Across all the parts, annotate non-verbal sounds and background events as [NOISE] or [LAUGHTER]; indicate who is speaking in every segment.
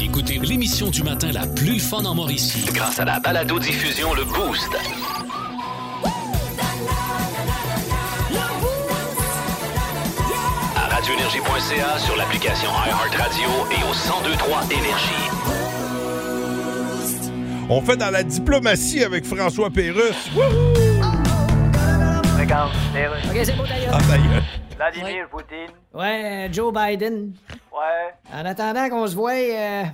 Speaker 1: Écoutez l'émission du matin la plus fun en Mauricie.
Speaker 2: Grâce à la balado diffusion le boost. À radioénergie.ca sur l'application iHeartRadio et au 1023 énergie.
Speaker 3: On fait dans la diplomatie avec François Pérusse.
Speaker 4: Regarde,
Speaker 5: OK, c'est beau d'ailleurs.
Speaker 3: Ah, ça y est.
Speaker 4: Vladimir Poutine.
Speaker 5: Ouais, Euh, Joe Biden.
Speaker 4: Ouais,
Speaker 5: En attendant qu'on se voie, euh,
Speaker 4: ouais.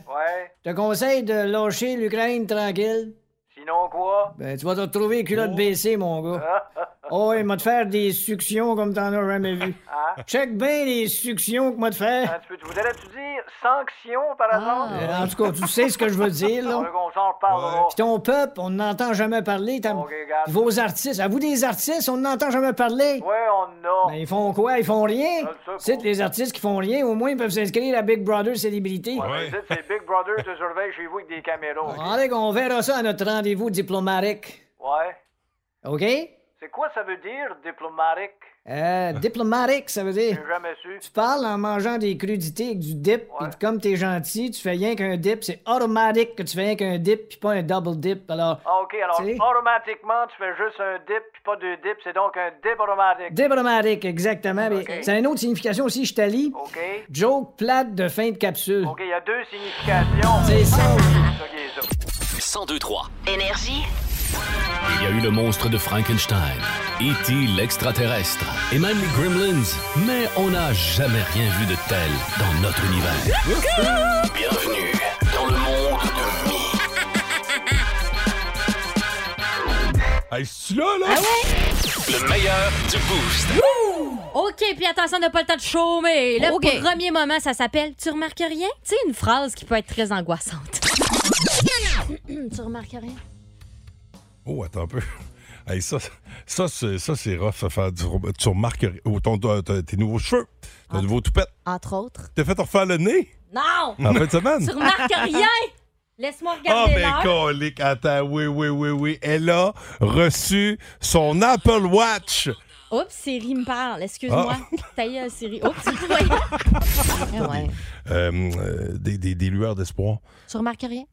Speaker 5: je te conseille de lâcher l'Ukraine tranquille.
Speaker 4: Sinon quoi? [LAUGHS]
Speaker 5: Ben, tu vas te retrouver
Speaker 4: Oh.
Speaker 5: culotte baissée, mon gars. Oh, il m'a te faire des suctions comme t'en as jamais vu.
Speaker 4: Hein?
Speaker 5: Check bien les suctions que m'a te faire.
Speaker 4: Un petit peu, tu voudrais-tu dire sanction par hasard? Ah,
Speaker 5: Euh, en tout cas, tu sais ce que je veux dire,
Speaker 4: On
Speaker 5: là.
Speaker 4: qu'on s'en reparlera.
Speaker 5: Puis ton peuple, on n'entend jamais parler. t'as-
Speaker 4: Ok, regarde.
Speaker 5: Vos artistes, à vous des artistes, on n'entend jamais parler.
Speaker 4: Ouais, on en a.
Speaker 5: Ben, ils font quoi? Ils font rien?
Speaker 4: Je le sais
Speaker 5: C'est
Speaker 4: pas.
Speaker 5: les artistes qui font rien, au moins ils peuvent s'inscrire à Big Brother Célébrité.
Speaker 4: Ouais, mais
Speaker 3: Ouais.
Speaker 4: dites, C'est Big Brother te surveille chez vous avec des caméras.
Speaker 5: Allez, on verra ça à notre rendez-vous diplomatique.
Speaker 4: Ouais.
Speaker 5: OK?
Speaker 4: C'est quoi ça veut dire, diplomatique? Ah.
Speaker 5: Euh, diplomatique, ça veut dire.
Speaker 4: J'ai jamais su.
Speaker 5: Tu parles en mangeant des crudités avec du dip,
Speaker 4: Ouais.
Speaker 5: puis comme t'es gentil, tu fais rien qu'un dip. C'est automatique que tu fais rien qu'un dip, puis pas un double dip. Alors,
Speaker 4: Ah, ok, alors
Speaker 5: Tu sais.
Speaker 4: automatiquement, tu fais juste un dip puis pas deux dips, c'est donc un dip automatique.
Speaker 5: diplomatique, exactement. mais
Speaker 4: Ok.
Speaker 5: Ça a une autre signification aussi, je t'allie.
Speaker 4: Ok?
Speaker 5: Joke plate de fin de capsule.
Speaker 4: Ok, Ah, il y a deux significations.
Speaker 5: C'est ça.
Speaker 4: C'est ça qui est ça.
Speaker 2: 1023.
Speaker 6: Énergie.
Speaker 1: Il y a eu le monstre de Frankenstein, E.T. l'extraterrestre et même les Gremlins, mais on n'a jamais rien vu de tel dans notre univers.
Speaker 2: Bienvenue dans le monde de Mi.
Speaker 3: Hey, c'est là, là?
Speaker 7: Ah
Speaker 2: Le meilleur du boost.
Speaker 7: OK, puis attention, on n'a pas le temps de chômer. Le
Speaker 8: OK.
Speaker 7: premier moment, ça s'appelle Tu remarques rien? Tu sais, une phrase qui peut être très angoissante. [COUGHS] tu remarques rien?
Speaker 3: Oh, attends un peu. Hey, ça, ça, c'est, ça, c'est rough. Ça fait du- tu remarques oh, ton- ton- ton- tes nouveaux cheveux, ton
Speaker 7: Ah.
Speaker 3: nouveau toupette.
Speaker 7: Entre autres.
Speaker 3: T'as fait te refaire le nez
Speaker 7: Non!
Speaker 3: en fin de
Speaker 7: tu
Speaker 3: semaine?
Speaker 7: remarques rien? Laisse-moi
Speaker 3: Ah,
Speaker 7: regarder
Speaker 3: ben,
Speaker 7: l'heure.
Speaker 3: colique. Attends, oui, oui, oui, oui. Elle a reçu son Apple Watch.
Speaker 7: Oups, Siri me parle. Excuse-moi.
Speaker 3: Ah.
Speaker 7: [LAUGHS] Ta gueule, Siri. Oups, oui.
Speaker 3: [LAUGHS]
Speaker 7: Eh ouais.
Speaker 3: Euh, euh, des, des- des lueurs d'espoir.
Speaker 7: Tu remarques rien?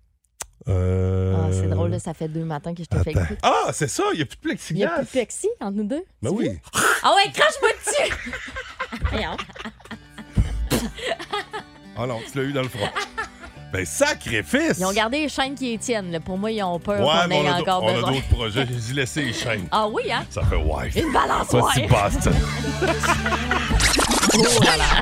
Speaker 3: Euh,
Speaker 7: Ah, c'est drôle, là, ça fait deux matins que je te fais
Speaker 3: attends.
Speaker 7: écouter.
Speaker 3: Ah, c'est ça, il n'y a plus de
Speaker 7: Il y a
Speaker 3: plexiglas.
Speaker 7: plus de plexi entre nous deux?
Speaker 3: Ben
Speaker 7: Tu
Speaker 3: oui.
Speaker 7: veux? Ah ouais, crache-moi dessus! [LAUGHS] Voyons.
Speaker 3: Ah non, tu l'as eu dans le
Speaker 7: [LAUGHS]
Speaker 3: front. ben, sacrifice!
Speaker 7: Ils ont gardé les chaînes qui les tiennent. là. Pour moi, ils ont peur
Speaker 3: Ouais,
Speaker 7: qu'on
Speaker 3: mais on
Speaker 7: ait
Speaker 3: a,
Speaker 7: encore
Speaker 3: d'au- on a
Speaker 7: besoin.
Speaker 3: d'autres projets. J'ai laissé les chaînes.
Speaker 7: Ah oui, hein?
Speaker 3: Ça fait ouais.
Speaker 7: Une balançoire!
Speaker 3: Pas si basse.
Speaker 7: [LAUGHS]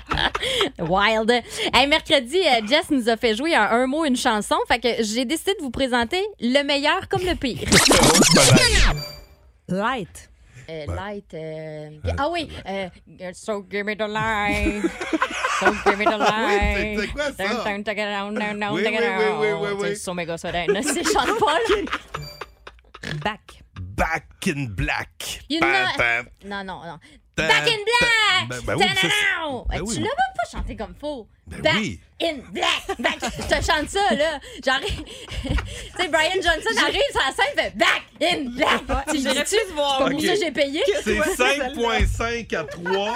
Speaker 7: Wild. Hey, mercredi, euh, Jess nous a fait jouer à un mot, une chanson. Fait que j'ai décidé de vous présenter le meilleur comme le pire.
Speaker 8: Light.
Speaker 7: Euh, light. euh, Ah oui. euh, so give me the light. So give
Speaker 3: [LAUGHS]
Speaker 7: me the light.
Speaker 3: Oui, c'est- c'est quoi ça?
Speaker 7: Dun, dun, take it down, down, down,
Speaker 3: Oui,
Speaker 7: take it
Speaker 3: oui, oui, oui,
Speaker 7: down.
Speaker 3: oui, oui.
Speaker 7: C'est so méga sodin. Là, [LAUGHS] C'est Jean-Paul.
Speaker 8: Back.
Speaker 3: Back in black.
Speaker 7: You
Speaker 3: Pam,
Speaker 7: know- [LAUGHS]
Speaker 3: pam,
Speaker 7: Non, non, non.
Speaker 3: pam,
Speaker 7: Back in
Speaker 3: pam.
Speaker 7: black!
Speaker 3: Ben, ben oui, ça,
Speaker 7: Ta-da-da!
Speaker 3: c'est- ben
Speaker 7: Hey,
Speaker 3: oui.
Speaker 7: Tu l'as même pas chanté comme faux.
Speaker 3: Ben
Speaker 7: back
Speaker 3: oui.
Speaker 7: in black! Back. Je te chante ça, là. J'arrive. [LAUGHS] tu sais, Brian Johnson arrive sur la scène, fait back in black! Tu le dis-tu? C'est pas pour
Speaker 3: Ok.
Speaker 7: ça que j'ai payé.
Speaker 3: C'est 5,5 à 3.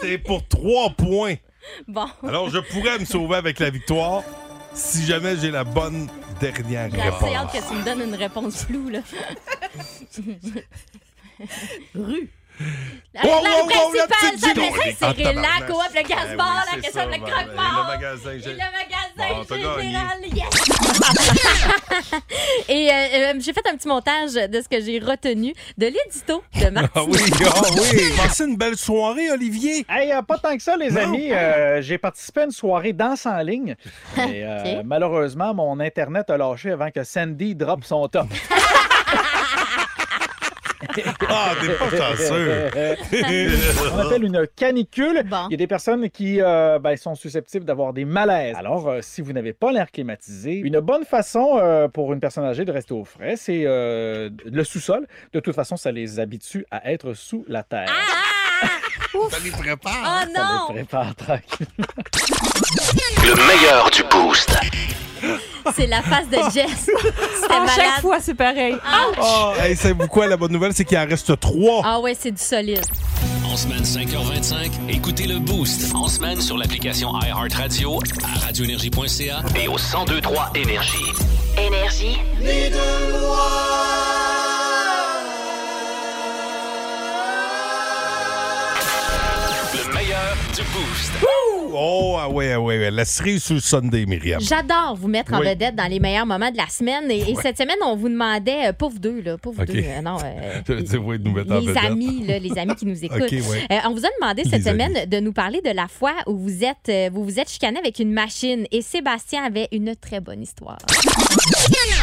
Speaker 3: C'est pour 3 points.
Speaker 7: Bon.
Speaker 3: Alors, je pourrais me sauver avec la victoire si jamais j'ai la bonne dernière
Speaker 7: J'ai assez hâte
Speaker 3: réponse.
Speaker 7: que tu me donnes une réponse floue, là.
Speaker 8: Rue.
Speaker 7: La,
Speaker 3: Wow,
Speaker 7: la
Speaker 3: wow, wow, la
Speaker 7: principale,
Speaker 3: petite
Speaker 7: ça,
Speaker 3: gigole.
Speaker 7: mais ça,
Speaker 3: Ah,
Speaker 7: c'est la
Speaker 3: tabarnak.
Speaker 7: coop, le gaspard,
Speaker 3: Eh oui,
Speaker 7: la
Speaker 3: c'est
Speaker 7: question
Speaker 3: ça,
Speaker 7: de
Speaker 3: ben,
Speaker 7: croque-mort.
Speaker 3: le magasin, j'ai-
Speaker 7: Et le magasin
Speaker 3: Bon, t'as
Speaker 7: général, yes! [LAUGHS] Et euh, euh, j'ai fait un petit montage de ce que j'ai retenu de l'édito de Marc.
Speaker 3: Ah [LAUGHS] oui, ah oui. Passez une belle soirée, Olivier.
Speaker 9: Hey, euh, pas tant que ça, les
Speaker 3: Non.
Speaker 9: amis. Euh, j'ai participé à une soirée danse en ligne. Et, euh,
Speaker 7: Ok.
Speaker 9: Malheureusement, mon Internet a lâché avant que Sandy drop son top.
Speaker 3: Ah, t'es pas [LAUGHS] chanceux.
Speaker 9: On appelle une canicule.
Speaker 7: Bon.
Speaker 9: Il y a des personnes qui euh, ben, sont susceptibles d'avoir des malaises. Alors, euh, si vous n'avez pas l'air climatisé, une bonne façon euh, pour une personne âgée de rester au frais, c'est euh, le sous-sol. De toute façon, ça les habitue à être sous la terre.
Speaker 3: Ça les prépare.
Speaker 7: Ah!
Speaker 9: Ça
Speaker 7: Oh
Speaker 9: les
Speaker 7: Ah, non!
Speaker 9: prépare tranquille.
Speaker 2: Le meilleur du boost.
Speaker 7: C'est la face de
Speaker 3: [LAUGHS]
Speaker 7: Jess. C'était
Speaker 8: À chaque
Speaker 7: malade.
Speaker 8: fois, c'est pareil.
Speaker 3: Ah, hey, savez-vous quoi? La bonne nouvelle, c'est qu'il en reste 3.
Speaker 7: Ah ouais, c'est du solide.
Speaker 1: En En semaine 5h25, écoutez le Boost
Speaker 2: En semaine sur l'application iHeartRadio
Speaker 1: à radioénergie.ca.
Speaker 2: et au 1023 Énergie.
Speaker 6: Énergie.
Speaker 2: Le meilleur du boost.
Speaker 3: Oh, ah ouais, ah ouais, ouais. La cerise sur le Sunday, Myriam.
Speaker 7: J'adore vous mettre en
Speaker 3: Oui.
Speaker 7: vedette dans les meilleurs moments de la semaine. Et, et cette semaine, on vous demandait, euh, pauvre deux, là, pauvre
Speaker 3: OK.
Speaker 7: deux, euh, non, euh,
Speaker 3: [LAUGHS] Tu veux dire, oui, nous mettre en
Speaker 7: les
Speaker 3: vedette.
Speaker 7: amis, là, les amis
Speaker 3: [LAUGHS]
Speaker 7: qui nous écoutent.
Speaker 3: OK, ouais.
Speaker 7: Euh, on vous a demandé cette
Speaker 3: Les amis.
Speaker 7: semaine de nous parler de la fois où vous êtes, euh, vous vous êtes chicané avec une machine. Et Sébastien avait une très bonne histoire.
Speaker 3: Oh,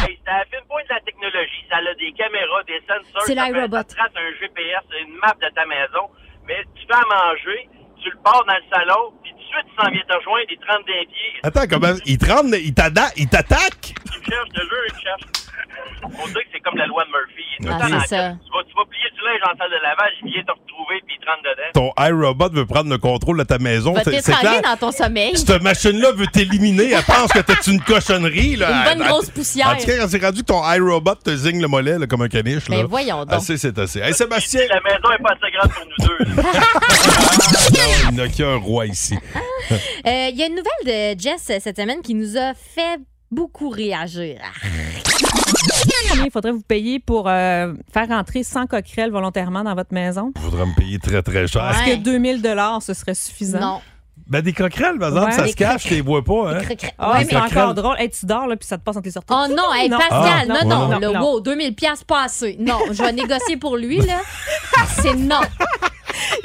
Speaker 10: Hey, ça affine pas de la technologie, ça a des caméras, des sensors.
Speaker 7: C'est
Speaker 10: ça fait-
Speaker 7: l'iRobot.
Speaker 10: Ça trace un GPS, une map de ta maison, mais tu vas manger, tu le pars dans le salon, puis tout de suite, tu s'en viens te rejoindre, il te rentre d'un pied,
Speaker 3: Attends, comment. Il te rend, il t'attaque, il t'attaque.
Speaker 10: il me cherche, je te jure, il me cherche. On dirait que c'est comme la loi de Murphy. Il est tout le
Speaker 7: Ah,
Speaker 10: temps dans la
Speaker 7: c'est ça.
Speaker 10: tête. Tu vas, tu vas plier du linge en salle de lavage, il vient te retrouver, puis il te rentre dedans.
Speaker 3: Ton iRobot veut prendre le contrôle de ta maison.
Speaker 7: Va
Speaker 3: C'est c'est
Speaker 7: t'étrangler
Speaker 3: clair.
Speaker 7: dans
Speaker 3: [LAUGHS]
Speaker 7: ton sommeil.
Speaker 3: Cette machine-là veut t'éliminer. Elle pense que t'es une cochonnerie. Là.
Speaker 7: Une bonne
Speaker 3: Elle-
Speaker 7: grosse
Speaker 3: elle-
Speaker 7: poussière.
Speaker 3: Ah, En tout cas, quand c'est rendu que ton iRobot te zigne le mollet là, comme un caniche. Là.
Speaker 7: Ben, voyons donc.
Speaker 3: Assez, c'est assez. Hey, Sébastien,
Speaker 10: La maison est pas assez grande pour nous deux. là.
Speaker 3: Ah, il n'y a qu'un roi ici.
Speaker 7: Euh, Il y a une nouvelle de Jess euh, cette semaine qui nous a fait beaucoup réagir.
Speaker 8: Combien il faudrait vous payer pour euh, faire entrer 100 coquerelles volontairement dans votre maison?
Speaker 3: Il faudra me payer très, très cher.
Speaker 7: Ouais.
Speaker 8: Est-ce que 2000 ce serait suffisant?
Speaker 7: Hein? Non.
Speaker 3: Ben, des coquerelles, par exemple,
Speaker 8: Ouais.
Speaker 3: ça
Speaker 7: Des
Speaker 3: se cache, tu les vois pas. Hein?
Speaker 7: Cric, cric.
Speaker 8: Ah,
Speaker 7: Ouais,
Speaker 8: c'est
Speaker 7: mais-
Speaker 8: encore drôle. Hey, tu dors, là, puis ça te passe entre les orteils.
Speaker 7: Oh non, hey,
Speaker 8: Non.
Speaker 7: Pascal,
Speaker 8: Ah,
Speaker 7: non, non,
Speaker 8: non,
Speaker 7: le
Speaker 8: non, non.
Speaker 7: wow, 2000 pièces passées. Non, je vais négocier pour lui, là. C'est non.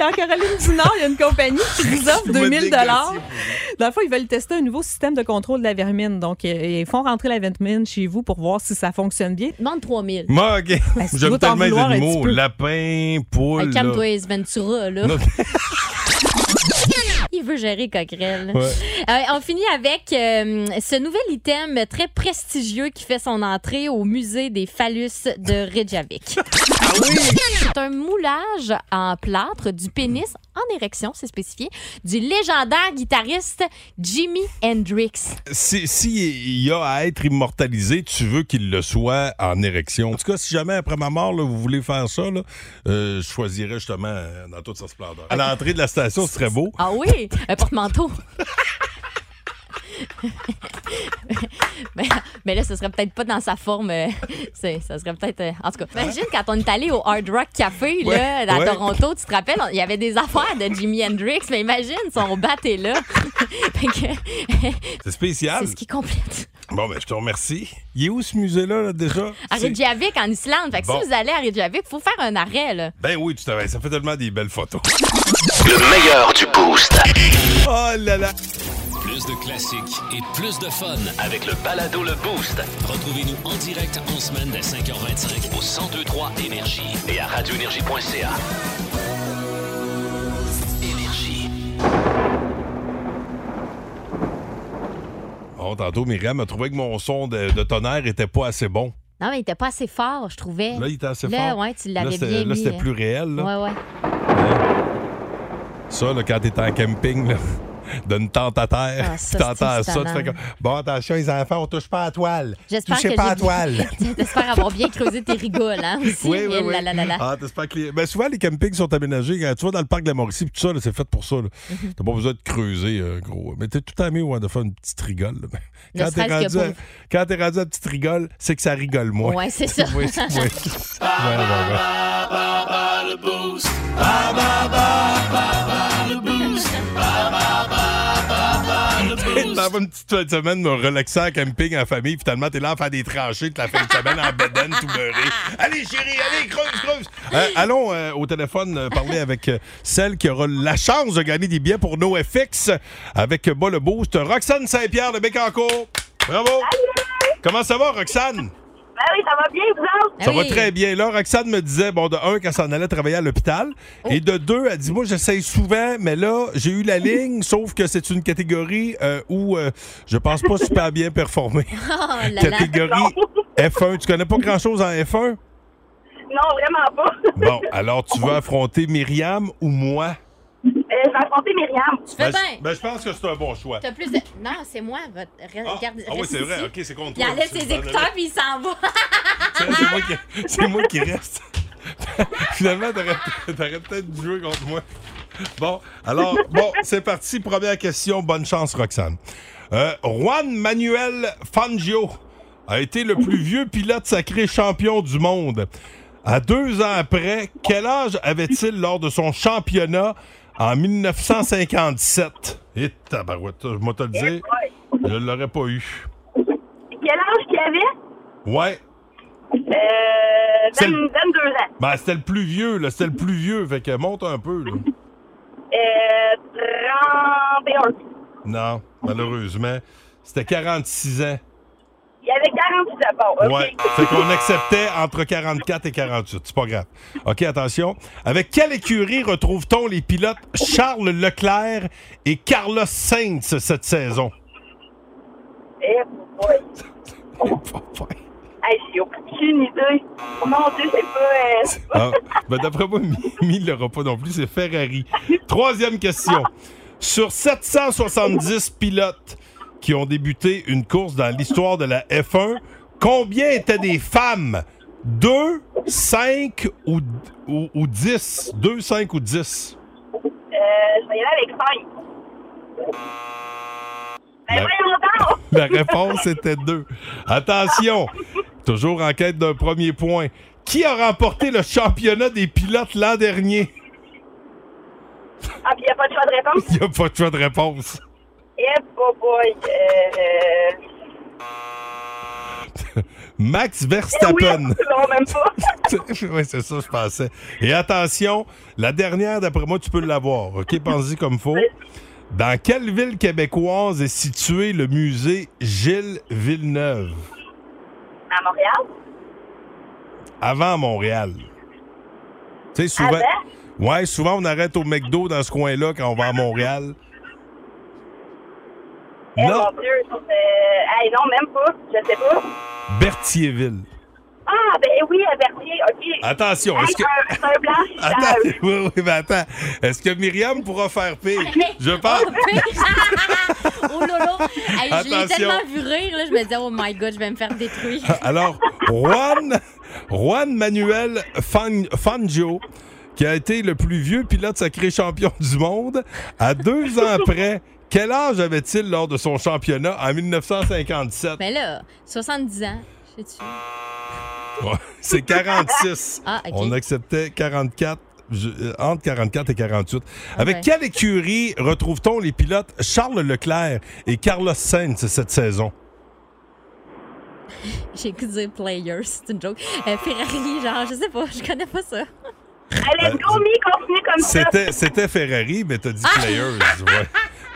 Speaker 8: En Caroline du Nord, il y a une compagnie qui vous offre
Speaker 3: Je vais
Speaker 8: 2000
Speaker 3: négocier
Speaker 8: dollars.
Speaker 3: pour
Speaker 8: Dans le fond, ils veulent tester un nouveau système de contrôle de la vermine. Donc, euh, ils font rentrer la vermine chez vous pour voir si ça fonctionne bien.
Speaker 7: Demande 3000.
Speaker 8: [LAUGHS]
Speaker 3: Moi, OK.
Speaker 8: Ben, si tu
Speaker 3: J'aime
Speaker 8: veux t'en
Speaker 3: tellement les
Speaker 8: vouloir un petit
Speaker 3: animaux.
Speaker 8: peu.
Speaker 3: Lapin, poule.
Speaker 7: Hey,
Speaker 3: là.
Speaker 7: Calme-toi, Sventura, là.
Speaker 3: Non.
Speaker 7: Il veut gérer Coquerel.
Speaker 3: Ouais.
Speaker 7: Euh, on finit avec euh, ce nouvel item très prestigieux qui fait son entrée au musée des phallus de Reykjavik. C'est un moulage en plâtre du pénis en érection, c'est spécifié, du légendaire guitariste Jimi Hendrix.
Speaker 3: si, si il y a à être immortalisé, tu veux qu'il le soit en érection. En tout cas, si jamais après ma mort, là, vous voulez faire ça, là, euh, je choisirais justement euh, dans toute sa splendeur. À l'entrée de la station, ce serait beau.
Speaker 7: Ah oui, un porte-manteau. [LAUGHS] mais, mais Ben, là, ce serait peut-être pas dans sa forme. euh, c'est- ça serait peut-être. euh, en tout cas, imagine quand on est allé au Hard Rock Café là,
Speaker 3: Ouais,
Speaker 7: à
Speaker 3: ouais.
Speaker 7: Toronto, tu te rappelles, on- il y avait des affaires de Jimi Hendrix, mais imagine, son bat est là. [LAUGHS] Fait que,
Speaker 3: C'est spécial.
Speaker 7: c'est ce qui complète.
Speaker 3: Bon, ben, je te remercie. Il est où ce musée-là, là, déjà?
Speaker 7: À
Speaker 3: C'est-
Speaker 7: Reykjavik, en Islande. Fait que
Speaker 3: Bon.
Speaker 7: si vous allez à Reykjavik, faut faire un arrêt. Là.
Speaker 3: Ben oui, tu t'avais. Ça fait tellement des belles photos.
Speaker 2: Le meilleur du boost.
Speaker 3: Oh là là!
Speaker 1: Plus de classiques et plus de fun.
Speaker 2: Avec le balado Le Boost
Speaker 1: Retrouvez-nous en direct en semaine dès 5h25.
Speaker 2: au 1023 Énergie et à radioénergie.ca. Énergie.
Speaker 3: Oh, tantôt, Myriam a trouvé que mon son de, de tonnerre était pas assez bon.
Speaker 7: Non, mais il était pas assez fort, je trouvais.
Speaker 3: Là, il était assez
Speaker 7: Là,
Speaker 3: fort.
Speaker 7: ouais, tu
Speaker 3: là,
Speaker 7: l'avais
Speaker 3: c'était-
Speaker 7: bien
Speaker 3: là,
Speaker 7: mis. hein.
Speaker 3: c'était plus réel. là.
Speaker 7: Ouais, ouais.
Speaker 3: Ça, là, quand t'es en camping, là, [LAUGHS] d'une tente à terre,
Speaker 7: Ah, ça,
Speaker 3: tu [LAUGHS] t'entends
Speaker 7: c'est
Speaker 3: ça, tu
Speaker 7: tannant.
Speaker 3: fais comme Bon, attention, les enfants, on touche pas à la toile.
Speaker 7: J'espère
Speaker 3: Touchez
Speaker 7: que
Speaker 3: pas à
Speaker 7: j'ai
Speaker 3: la toile.
Speaker 7: bien- [LAUGHS] J'espère avoir bien creusé tes rigoles, hein, aussi.
Speaker 3: Oui, oui,
Speaker 7: Mille,
Speaker 3: oui.
Speaker 7: la, la, la, la.
Speaker 3: Ah, t'espères que les- Ben, souvent, les campings sont aménagés. Quand tu vas dans le parc de la Mauricie, pis tout ça, là, c'est fait pour ça. là.
Speaker 7: Mhm.
Speaker 3: T'as pas besoin de creuser, euh, gros. Mais t'es tout le temps mieux ouais, de faire une petite rigole. là.
Speaker 7: Ne
Speaker 3: Quand t'es
Speaker 7: serait-ce que
Speaker 3: rendu, à... quand t'es rendu à petite rigole, c'est que ça rigole moins.
Speaker 7: Ouais, c'est ça. [LAUGHS]
Speaker 3: oui, oui. Ouais, ouais, ouais. T'as une petite fin de semaine me relaxant en camping en famille, puis finalement, t'es là à faire des tranchées toute la fin de semaine en bedaine tout beurré. Allez, chérie, allez, creuse, creuse. Euh, allons euh, au téléphone euh, parler avec euh, celle qui aura la chance de gagner des billets pour NoFX avec euh, Bas le Boost, Roxane Saint-Pierre de Bécancourt. Bravo! Comment ça va, Roxane?
Speaker 11: Ben oui, ça va bien, vous autres?
Speaker 7: Ah
Speaker 3: Ça va
Speaker 7: oui.
Speaker 3: très bien. Là, Roxane me disait, bon, de un, qu'elle s'en allait travailler à l'hôpital.
Speaker 7: Oh.
Speaker 3: Et de deux, elle dit, moi, j'essaye souvent, mais là, j'ai eu la
Speaker 7: [LAUGHS]
Speaker 3: ligne, sauf que c'est une catégorie euh, où euh, je pense pas super bien
Speaker 7: [LAUGHS]
Speaker 3: performer.
Speaker 7: Oh là là.
Speaker 3: catégorie F1. Tu connais pas grand-chose en F1?
Speaker 11: Non, vraiment pas.
Speaker 3: Bon, alors, tu veux affronter Myriam ou moi?
Speaker 11: Euh, je vais affronter Myriam.
Speaker 7: Tu fais
Speaker 3: Ben,
Speaker 7: bien.
Speaker 3: je- ben, je pense que c'est un bon choix.
Speaker 7: T'as plus de... Non, c'est moi. va- re-
Speaker 3: Ah,
Speaker 7: Regarde,
Speaker 3: ah oui,
Speaker 7: reste
Speaker 3: c'est vrai.
Speaker 7: ici.
Speaker 3: OK, c'est contre
Speaker 7: Il
Speaker 3: toi.
Speaker 7: [LAUGHS] enlève ses écouteurs puis il s'en va.
Speaker 3: C'est moi qui- c'est moi qui reste. [LAUGHS] Finalement, t'aurais, t'aurais peut-être dû jouer contre moi. Bon, alors, bon, c'est parti. Première question. Bonne chance, Roxane. Euh, Juan Manuel Fangio a été le plus vieux pilote sacré champion du monde. À deux ans après, quel âge avait-il lors de son championnat en 1957? Et tabarouette, ça, je vais te le dire, je l'aurais pas eu.
Speaker 11: Quel âge qu'il avait?
Speaker 3: Ouais,
Speaker 11: Euh,
Speaker 3: C'est
Speaker 11: donne,
Speaker 3: le-
Speaker 11: donne deux ans.
Speaker 3: ben c'était le plus vieux, là, c'était le plus vieux, fait que monte un peu, là.
Speaker 11: Euh, 31.
Speaker 3: Non, malheureusement, c'était 46 ans.
Speaker 11: Il y avait 46 ans. Bon, OK.
Speaker 3: Ouais. Fait qu'on acceptait entre 44 et 48. C'est pas grave. OK, attention. Avec quelle écurie retrouve-t-on les pilotes Charles Leclerc et Carlos Sainz cette saison?
Speaker 11: Eh, boy. Hey, j'ai aucune idée. Oh Mon Dieu, c'est pas... euh, c'est pas-
Speaker 3: Ah, ben d'après moi, Mimi ne l'aura pas non plus, c'est Ferrari. Troisième question. Sur 770 pilotes qui ont débuté une course dans l'histoire de la F1, combien étaient des femmes? 2, 5 ou, ou, 10? 2, 5 ou 10?
Speaker 11: Euh, je vais y aller avec Ben, 5.
Speaker 3: La, la réponse était 2. Attention, toujours en quête d'un premier point. Qui a remporté le championnat des pilotes l'an dernier?
Speaker 11: Ah, puis il n'y a pas de choix de réponse?
Speaker 3: Il n'y a pas de choix de réponse.
Speaker 11: Eh, boy, boy. Euh,
Speaker 3: Max
Speaker 11: eh oui,
Speaker 3: Verstappen.
Speaker 11: non, même pas.
Speaker 3: [LAUGHS] oui, c'est ça, je pensais. Et attention, la dernière, d'après moi, tu peux l'avoir. OK, pense-y comme faut. Dans quelle ville québécoise est situé le musée Gilles Villeneuve?
Speaker 11: À Montréal?
Speaker 3: Avant Montréal. Tu sais, souvent. Ouais, souvent, on arrête au McDo dans ce coin-là quand on va à Montréal.
Speaker 11: Eh,
Speaker 3: Non,
Speaker 11: mon Dieu. Euh, hey, non, même pas. Je sais pas.
Speaker 3: Berthierville.
Speaker 11: Ah, ben oui, à Vertier, OK.
Speaker 3: Attention,
Speaker 11: Hey,
Speaker 3: Ah, est-ce que.
Speaker 11: c'est un- C'est un euh,
Speaker 3: [LAUGHS]
Speaker 11: blanchissage.
Speaker 3: Attends, oui, oui, mais attends. Est-ce que Myriam pourra faire pire? Je pense.
Speaker 7: oh lolo! Hey, je l'ai
Speaker 3: Attention.
Speaker 7: tellement vu rire, là, je me disais, oh my god, je vais me faire détruire.
Speaker 3: [LAUGHS] Alors, Juan, Juan Manuel Fan- Fangio, qui a été le plus vieux pilote sacré champion du monde, à deux ans après, quel âge avait-il lors de son championnat en 1957?
Speaker 7: Mais là, 70 ans, je sais-tu.
Speaker 3: Ouais, C'est 46.
Speaker 7: [LAUGHS] Ah, ok.
Speaker 3: On acceptait 44. je- euh, entre 44 et 48.
Speaker 7: Ah ouais.
Speaker 3: Avec quelle écurie retrouve-t-on les pilotes Charles Leclerc et Carlos Sainz cette saison?
Speaker 7: J'ai écouté Players, c'est une joke. Euh, Ferrari, genre, je sais pas, je connais pas ça.
Speaker 11: Allez, go, Mi, continue comme ça.
Speaker 3: C'était, c'était Ferrari, mais t'as dit
Speaker 7: Ah!
Speaker 3: Players. ouais.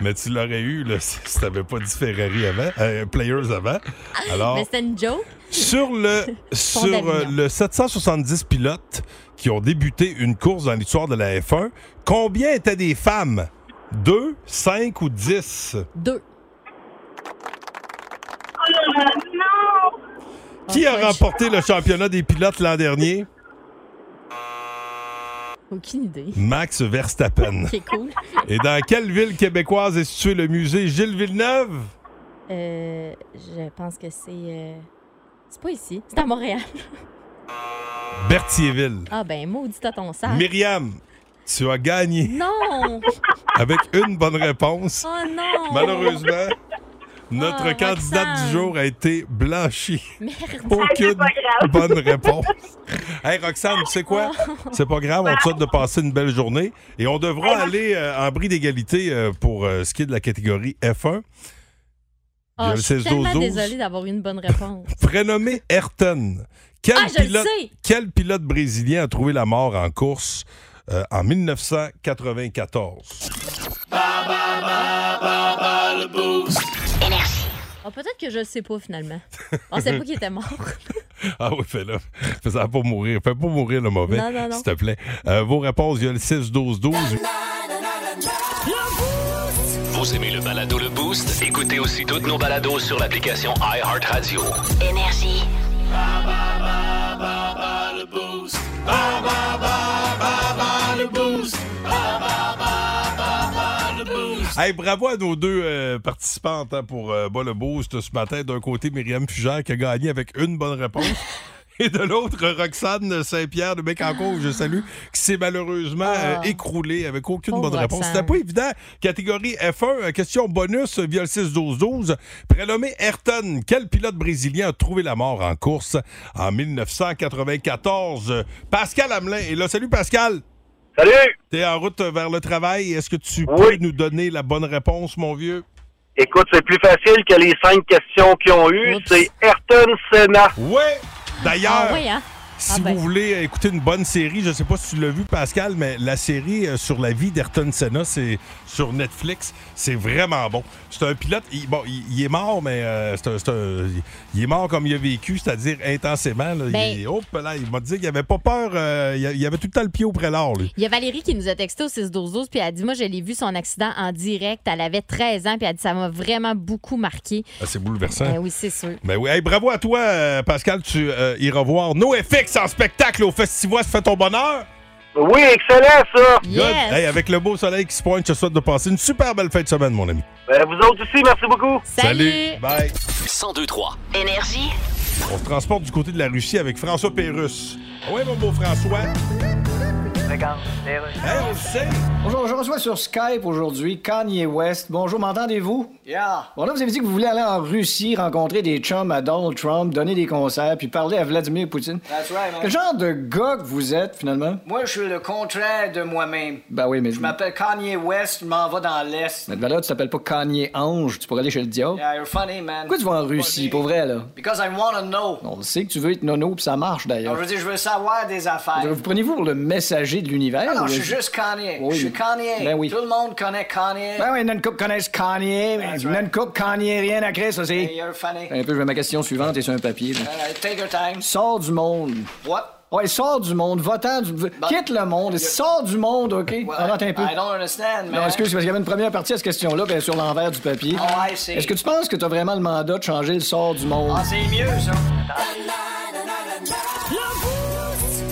Speaker 3: Mais tu l'aurais eu là, si si t'avais pas dit Ferrari avant, euh, Players avant. Alors,
Speaker 7: Mais c'était une joke.
Speaker 3: sur
Speaker 7: [LAUGHS]
Speaker 3: le, sur, euh,
Speaker 7: d'Avignon.
Speaker 3: le 770 pilotes qui ont débuté une course dans l'histoire de la F1, combien étaient des femmes? Deux, cinq ou dix?
Speaker 7: Deux.
Speaker 11: Euh, non.
Speaker 3: Qui
Speaker 7: Oh,
Speaker 3: a remporté le championnat des pilotes l'an dernier?
Speaker 7: Aucune idée.
Speaker 3: Max Verstappen.
Speaker 7: Qui est cool.
Speaker 3: Et dans quelle ville québécoise est situé le musée Gilles Villeneuve?
Speaker 7: Euh, je pense que c'est. euh, C'est pas ici, c'est à Montréal. [LAUGHS]
Speaker 3: Berthierville.
Speaker 7: Ah ben, maudit à ton sac.
Speaker 3: Myriam, tu as gagné.
Speaker 7: Non!
Speaker 3: avec une bonne réponse.
Speaker 7: Oh non!
Speaker 3: Malheureusement, notre
Speaker 7: Ah,
Speaker 3: candidate
Speaker 7: Roxane.
Speaker 3: du jour a été blanchie.
Speaker 7: Merde.
Speaker 3: Aucune
Speaker 11: pas grave.
Speaker 3: bonne réponse. Hey Roxane, tu sais quoi?
Speaker 7: Oh.
Speaker 3: C'est pas grave, on te souhaite de passer une belle journée et on devra aller euh, en bris d'égalité euh, pour euh, ce qui est de la catégorie F1.
Speaker 7: Oh,
Speaker 3: Il y a
Speaker 7: je
Speaker 3: le
Speaker 7: suis
Speaker 3: 16
Speaker 7: tellement
Speaker 3: 12.
Speaker 7: désolée d'avoir eu une bonne réponse.
Speaker 3: Prénommé Ayrton. Quel,
Speaker 7: Ah, je le
Speaker 3: pilote,
Speaker 7: sais!
Speaker 3: quel pilote brésilien a trouvé la mort en course euh, en 1994?
Speaker 7: Ah, Peut-être que je le sais pas finalement. On sait pas qu'il était
Speaker 3: [LAUGHS]
Speaker 7: mort.
Speaker 3: Ah oui, fais-le. Fais-le pour mourir. Fais pas mourir le mauvais,
Speaker 7: Non, non, non.
Speaker 3: s'il te plaît. Euh, vos réponses, il y a le 6-12-12.
Speaker 2: Vous aimez le balado Le Boost? Écoutez aussi toutes nos balados sur l'application iHeartRadio.
Speaker 6: Énergie.
Speaker 3: Hey, bravo à nos deux
Speaker 6: [LAUGHS]
Speaker 3: euh, participantes hein, pour euh, Bas le Boost ce matin. D'un côté, Myriam Fugère qui a gagné avec une bonne réponse. Et de l'autre, Roxane Saint-Pierre de Bécancourt, je salue, qui s'est malheureusement euh, écroulée avec aucune
Speaker 6: Ah. Pauvre
Speaker 3: bonne réponse.
Speaker 6: Roxane.
Speaker 3: C'était pas évident. Catégorie F1, euh, question bonus euh, via le 6-12-12. Prénommé Ayrton, quel pilote brésilien a trouvé la mort en course en 1994? Euh, Pascal Hamelin est là. Salut Pascal!
Speaker 10: Salut!
Speaker 3: T'es en route vers le travail. Est-ce que tu peux nous donner la bonne réponse, mon vieux?
Speaker 10: Écoute, c'est plus facile que les cinq questions qu'ils ont eues. C'est Ayrton Senna.
Speaker 3: Ouais! D'ailleurs,
Speaker 10: Ah oui, hein?
Speaker 3: si vous voulez écouter une bonne série, je sais pas si tu l'as vu, Pascal, mais la série euh, sur la vie d'Ayrton Senna, c'est sur Netflix. C'est vraiment bon. C'est un pilote. Il, bon, il, il est mort, mais euh, c'est un- c'est un- il est mort comme il a vécu, c'est-à-dire intensément. là.
Speaker 7: Ben-
Speaker 3: Il, hop là, il m'a dit qu'il avait pas peur. euh, il, a- il avait tout le temps le pied auprès l'or, lui.
Speaker 7: Il y a Valérie qui nous a texté au 6-12-12, puis elle a dit Moi, je l'ai vu son accident en direct. Elle avait 13 ans, puis elle a dit Ça m'a vraiment beaucoup marqué.
Speaker 3: Ah, c'est bouleversant.
Speaker 7: Ben oui, c'est sûr.
Speaker 3: Ben oui, Hey, bravo à toi, euh, Pascal. Tu euh, iras voir NoFX en spectacle au Festival. Ça fait ton bonheur?
Speaker 10: Oui, excellent, ça!
Speaker 3: Good. Hey, avec le beau soleil qui se pointe, je te souhaite de passer une super belle fin de semaine, mon ami.
Speaker 10: Ben, vous autres aussi, merci beaucoup.
Speaker 3: Bye.
Speaker 2: 1023.
Speaker 11: Énergie.
Speaker 3: On se transporte du côté de la Russie avec François Pérusse. Oui, mon beau François.
Speaker 5: Bonjour, je reçois sur Skype aujourd'hui Kanye West. Bonjour, m'entendez-vous? Yeah. Bon, là, vous avez dit que vous voulez aller en Russie rencontrer des chums à Donald Trump, donner des concerts, puis parler à Vladimir Poutine.
Speaker 4: That's right, man.
Speaker 5: Quel [LAUGHS] genre de gars que vous êtes, finalement?
Speaker 4: Moi, je suis le contraire de moi-même.
Speaker 5: Ben oui, mais...
Speaker 4: Je m'appelle Kanye West, je m'en vais dans l'Est.
Speaker 5: Mais de valeur, tu t'appelles pas Kanye Ange, tu pourrais aller chez le diable.
Speaker 4: Yeah, you're funny, man.
Speaker 5: Pourquoi tu vas en Russie, pour vrai, là?
Speaker 4: Because I wanna know.
Speaker 5: On le sait que tu veux être nono, puis ça marche,
Speaker 4: Donc,
Speaker 5: d'ailleurs.
Speaker 4: je veux dire, je veux savoir des affaires.
Speaker 5: Vous prenez-vous pour le messager de l'univers?
Speaker 4: Ah Non, non, je suis
Speaker 5: ou-
Speaker 4: juste Kanye.
Speaker 5: Oui,
Speaker 4: Je suis
Speaker 5: mais-
Speaker 4: Kanye.
Speaker 5: Ben oui.
Speaker 4: Tout le monde connaît Kanye.
Speaker 5: Ben oui, il y en a une couple qui connaissent Kanye, mais il y en a une couple Kanye, rien à créer, ça c'est...
Speaker 4: Hey, you're funny. Ben
Speaker 5: Un peu, je mets ma question suivante et Ben sur un papier. là.
Speaker 4: Alright, Uh, take your time.
Speaker 5: Sors du monde.
Speaker 4: What? Bah,
Speaker 5: Ouais, sors du monde, votant du... Quitte le monde, sors du monde, OK? Arrête Ah, un peu.
Speaker 4: I don't understand, man.
Speaker 5: Non, excuse, parce qu'il y avait une première partie à cette question-là, bien sur l'envers du papier.
Speaker 4: Oh, I see.
Speaker 5: Est-ce que tu penses que tu as vraiment le mandat de changer le sort du monde?
Speaker 4: Ah, c'est mieux, ça.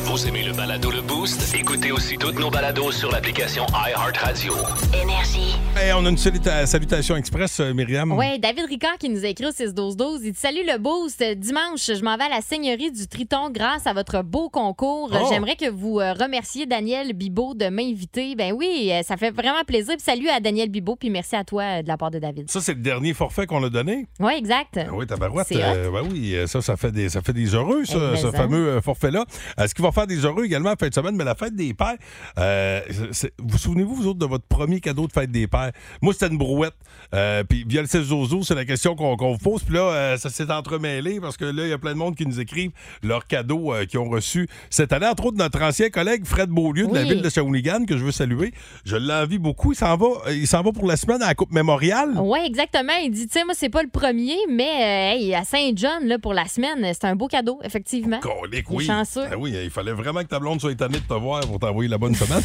Speaker 2: Vous aimez le balado Le Boost? Écoutez aussi toutes nos balados sur l'application iHeartRadio.
Speaker 11: Énergie.
Speaker 3: Hey, on a une saluta- salutation express, euh, Myriam.
Speaker 7: Ouais, David Ricard qui nous a écrit au 6-12-12. Il dit Salut le boost. Dimanche, je m'en vais à la Seigneurie du Triton grâce à votre beau concours.
Speaker 11: Oh.
Speaker 7: J'aimerais que vous euh, remerciez Daniel Bibot de m'inviter. Ben oui, euh, ça fait vraiment plaisir. Puis salut à Daniel Bibot, puis merci à toi euh, de la part de David.
Speaker 3: Ça, c'est le dernier forfait qu'on a donné.
Speaker 7: Oui, exact.
Speaker 3: Ah oui, tabarouette.
Speaker 7: Hein? C'est hot.
Speaker 3: euh, ben oui, euh, ça, ça fait des, ça fait des heureux, ça,
Speaker 7: Eh, mais
Speaker 3: ce
Speaker 7: hein.
Speaker 3: fameux euh, forfait-là. Euh, ce qui va faire des heureux également en fin de semaine, mais la fête des pères, euh, c'est- c'est- vous souvenez-vous, vous autres, de votre premier cadeau de fête des pères? Moi, c'était une brouette. Euh, puis, via le 16 zozo, c'est la question qu'on qu'on vous pose. Puis là, euh, ça s'est entremêlé parce que là, il y a plein de monde qui nous écrivent leurs cadeaux euh, qu'ils ont reçus cette année. Entre autres, notre ancien collègue Fred Beaulieu de la
Speaker 6: Oui.
Speaker 3: ville de Shawinigan, que je veux saluer. Je l'envie beaucoup. Il s'en va, il s'en va pour la semaine à la Coupe Mémoriale.
Speaker 7: Oui, exactement. Il dit, tu sais, moi, c'est pas le premier, mais euh, hey, à Saint-John, là, pour la semaine, c'est un beau cadeau, effectivement.
Speaker 3: Colique,
Speaker 7: Il est
Speaker 3: oui.
Speaker 7: chanceux.
Speaker 3: Ben oui, il fallait vraiment que ta blonde soit étonnée de te voir pour t'envoyer la bonne
Speaker 7: [LAUGHS]
Speaker 3: semaine.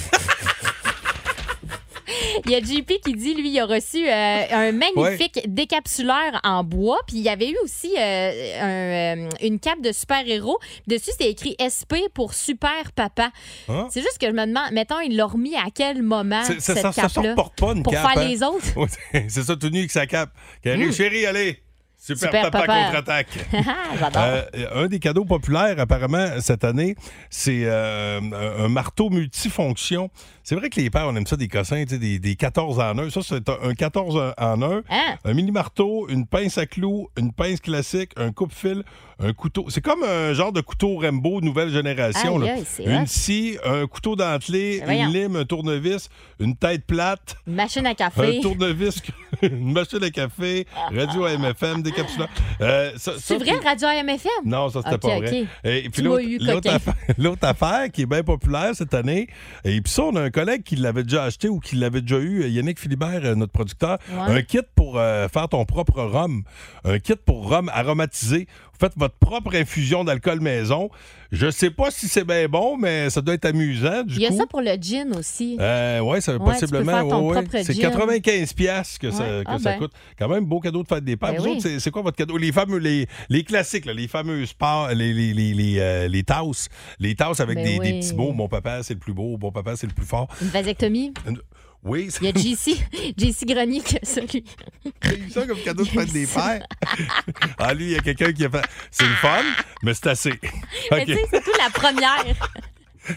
Speaker 7: Il y a JP qui dit, lui, il a reçu euh, un magnifique décapsuleur en bois. Puis il y avait eu aussi euh, un, euh, une cape de super-héros. Dessus, c'était écrit SP pour Super Papa.
Speaker 3: Ah.
Speaker 7: C'est juste que je me demande, mettons, il l'a remis à quel moment,
Speaker 3: C'est- c'est-
Speaker 7: Ah, cette
Speaker 3: ça, ça se
Speaker 7: cape-là?
Speaker 3: reporte pas, une
Speaker 7: Pour
Speaker 3: cape.
Speaker 7: faire
Speaker 3: hein. [LAUGHS]
Speaker 7: les autres? [LAUGHS]
Speaker 3: Oui, c'est ça, tout nu avec sa cape. Qui arrive,
Speaker 7: Mm.
Speaker 3: chérie, allez! Super,
Speaker 7: Super
Speaker 3: papa,
Speaker 7: papa.
Speaker 3: contre-attaque.
Speaker 7: [LAUGHS] Ah, J'adore.
Speaker 3: Euh, un des cadeaux populaires, apparemment, cette année, c'est euh, un- un marteau multifonction. C'est vrai que les pères, on aime ça, des cossins, tu sais, des, des 14 en 1. Ça, c'est un, un 14 en- en 1.
Speaker 7: Hein?
Speaker 3: Un mini marteau, une pince à clous, une pince classique, un coupe-fil, un couteau. C'est comme un genre de couteau Rembo nouvelle génération.
Speaker 6: Aïe,
Speaker 3: là.
Speaker 6: aïe, c'est hot.
Speaker 3: Une scie, un couteau dentelé,
Speaker 7: Ben voyons.
Speaker 3: une lime, un tournevis, une tête plate.
Speaker 7: Une Machine à
Speaker 3: Un
Speaker 7: café.
Speaker 3: tournevis, [LAUGHS] une machine à café, radio MFM, décapsuleur. Euh, ça- ça,
Speaker 7: C'est vrai,
Speaker 3: puis-
Speaker 7: Radio MFM?
Speaker 3: non, ça, c'était
Speaker 7: Ok,
Speaker 3: pas
Speaker 7: ok.
Speaker 3: vrai. Euh, Et,
Speaker 7: Tu
Speaker 3: puis
Speaker 7: m'as
Speaker 3: l'autre-
Speaker 7: eu,
Speaker 3: l'autre
Speaker 7: coquin.
Speaker 3: affaire, [LAUGHS] l'autre affaire qui est bien populaire cette année, et puis ça, on a un collègue qui l'avait déjà acheté ou qui l'avait déjà eu, Yannick Philibert, euh, notre producteur,
Speaker 6: Ouais.
Speaker 3: un kit pour euh, faire ton propre rhum, un kit pour rhum aromatisé. Vous faites votre propre infusion d'alcool maison. Je sais pas si c'est bien bon, mais ça doit être amusant. Du
Speaker 7: Il y a
Speaker 3: coup,
Speaker 7: ça pour le gin aussi.
Speaker 3: euh, ouais, ça
Speaker 7: Ouais, tu peux
Speaker 3: possiblement.
Speaker 7: faire ton
Speaker 3: ouais, ouais.
Speaker 7: propre
Speaker 3: C'est
Speaker 7: gin.
Speaker 3: 95 pièces que ça,
Speaker 7: Ouais,
Speaker 3: que
Speaker 7: ah
Speaker 3: ça
Speaker 7: ben.
Speaker 3: coûte. Quand même, beau cadeau de fête des pères.
Speaker 7: Ben
Speaker 3: Vous
Speaker 7: oui.
Speaker 3: autres, c'est- c'est quoi votre cadeau? Les fameux, les, les classiques, là, les fameux sports, les, les, les, les, euh, les tasses. Les tasses avec
Speaker 7: Ben
Speaker 3: des, des
Speaker 7: oui.
Speaker 3: petits mots. Mon papa, c'est le plus beau. Mon papa, c'est le plus fort.
Speaker 7: Une vasectomie?
Speaker 3: Une- Oui,
Speaker 7: Il y a [LAUGHS] JC, JC Grenier qui a ça, lui.
Speaker 3: [LAUGHS] eu ça comme cadeau de fête des pères. [LAUGHS] Ah, lui, il y a quelqu'un qui a fait. C'est le fun, mais c'est assez.
Speaker 7: [LAUGHS] Mais
Speaker 3: [LAUGHS]
Speaker 7: tu
Speaker 3: OK.
Speaker 7: sais, c'est tout la première.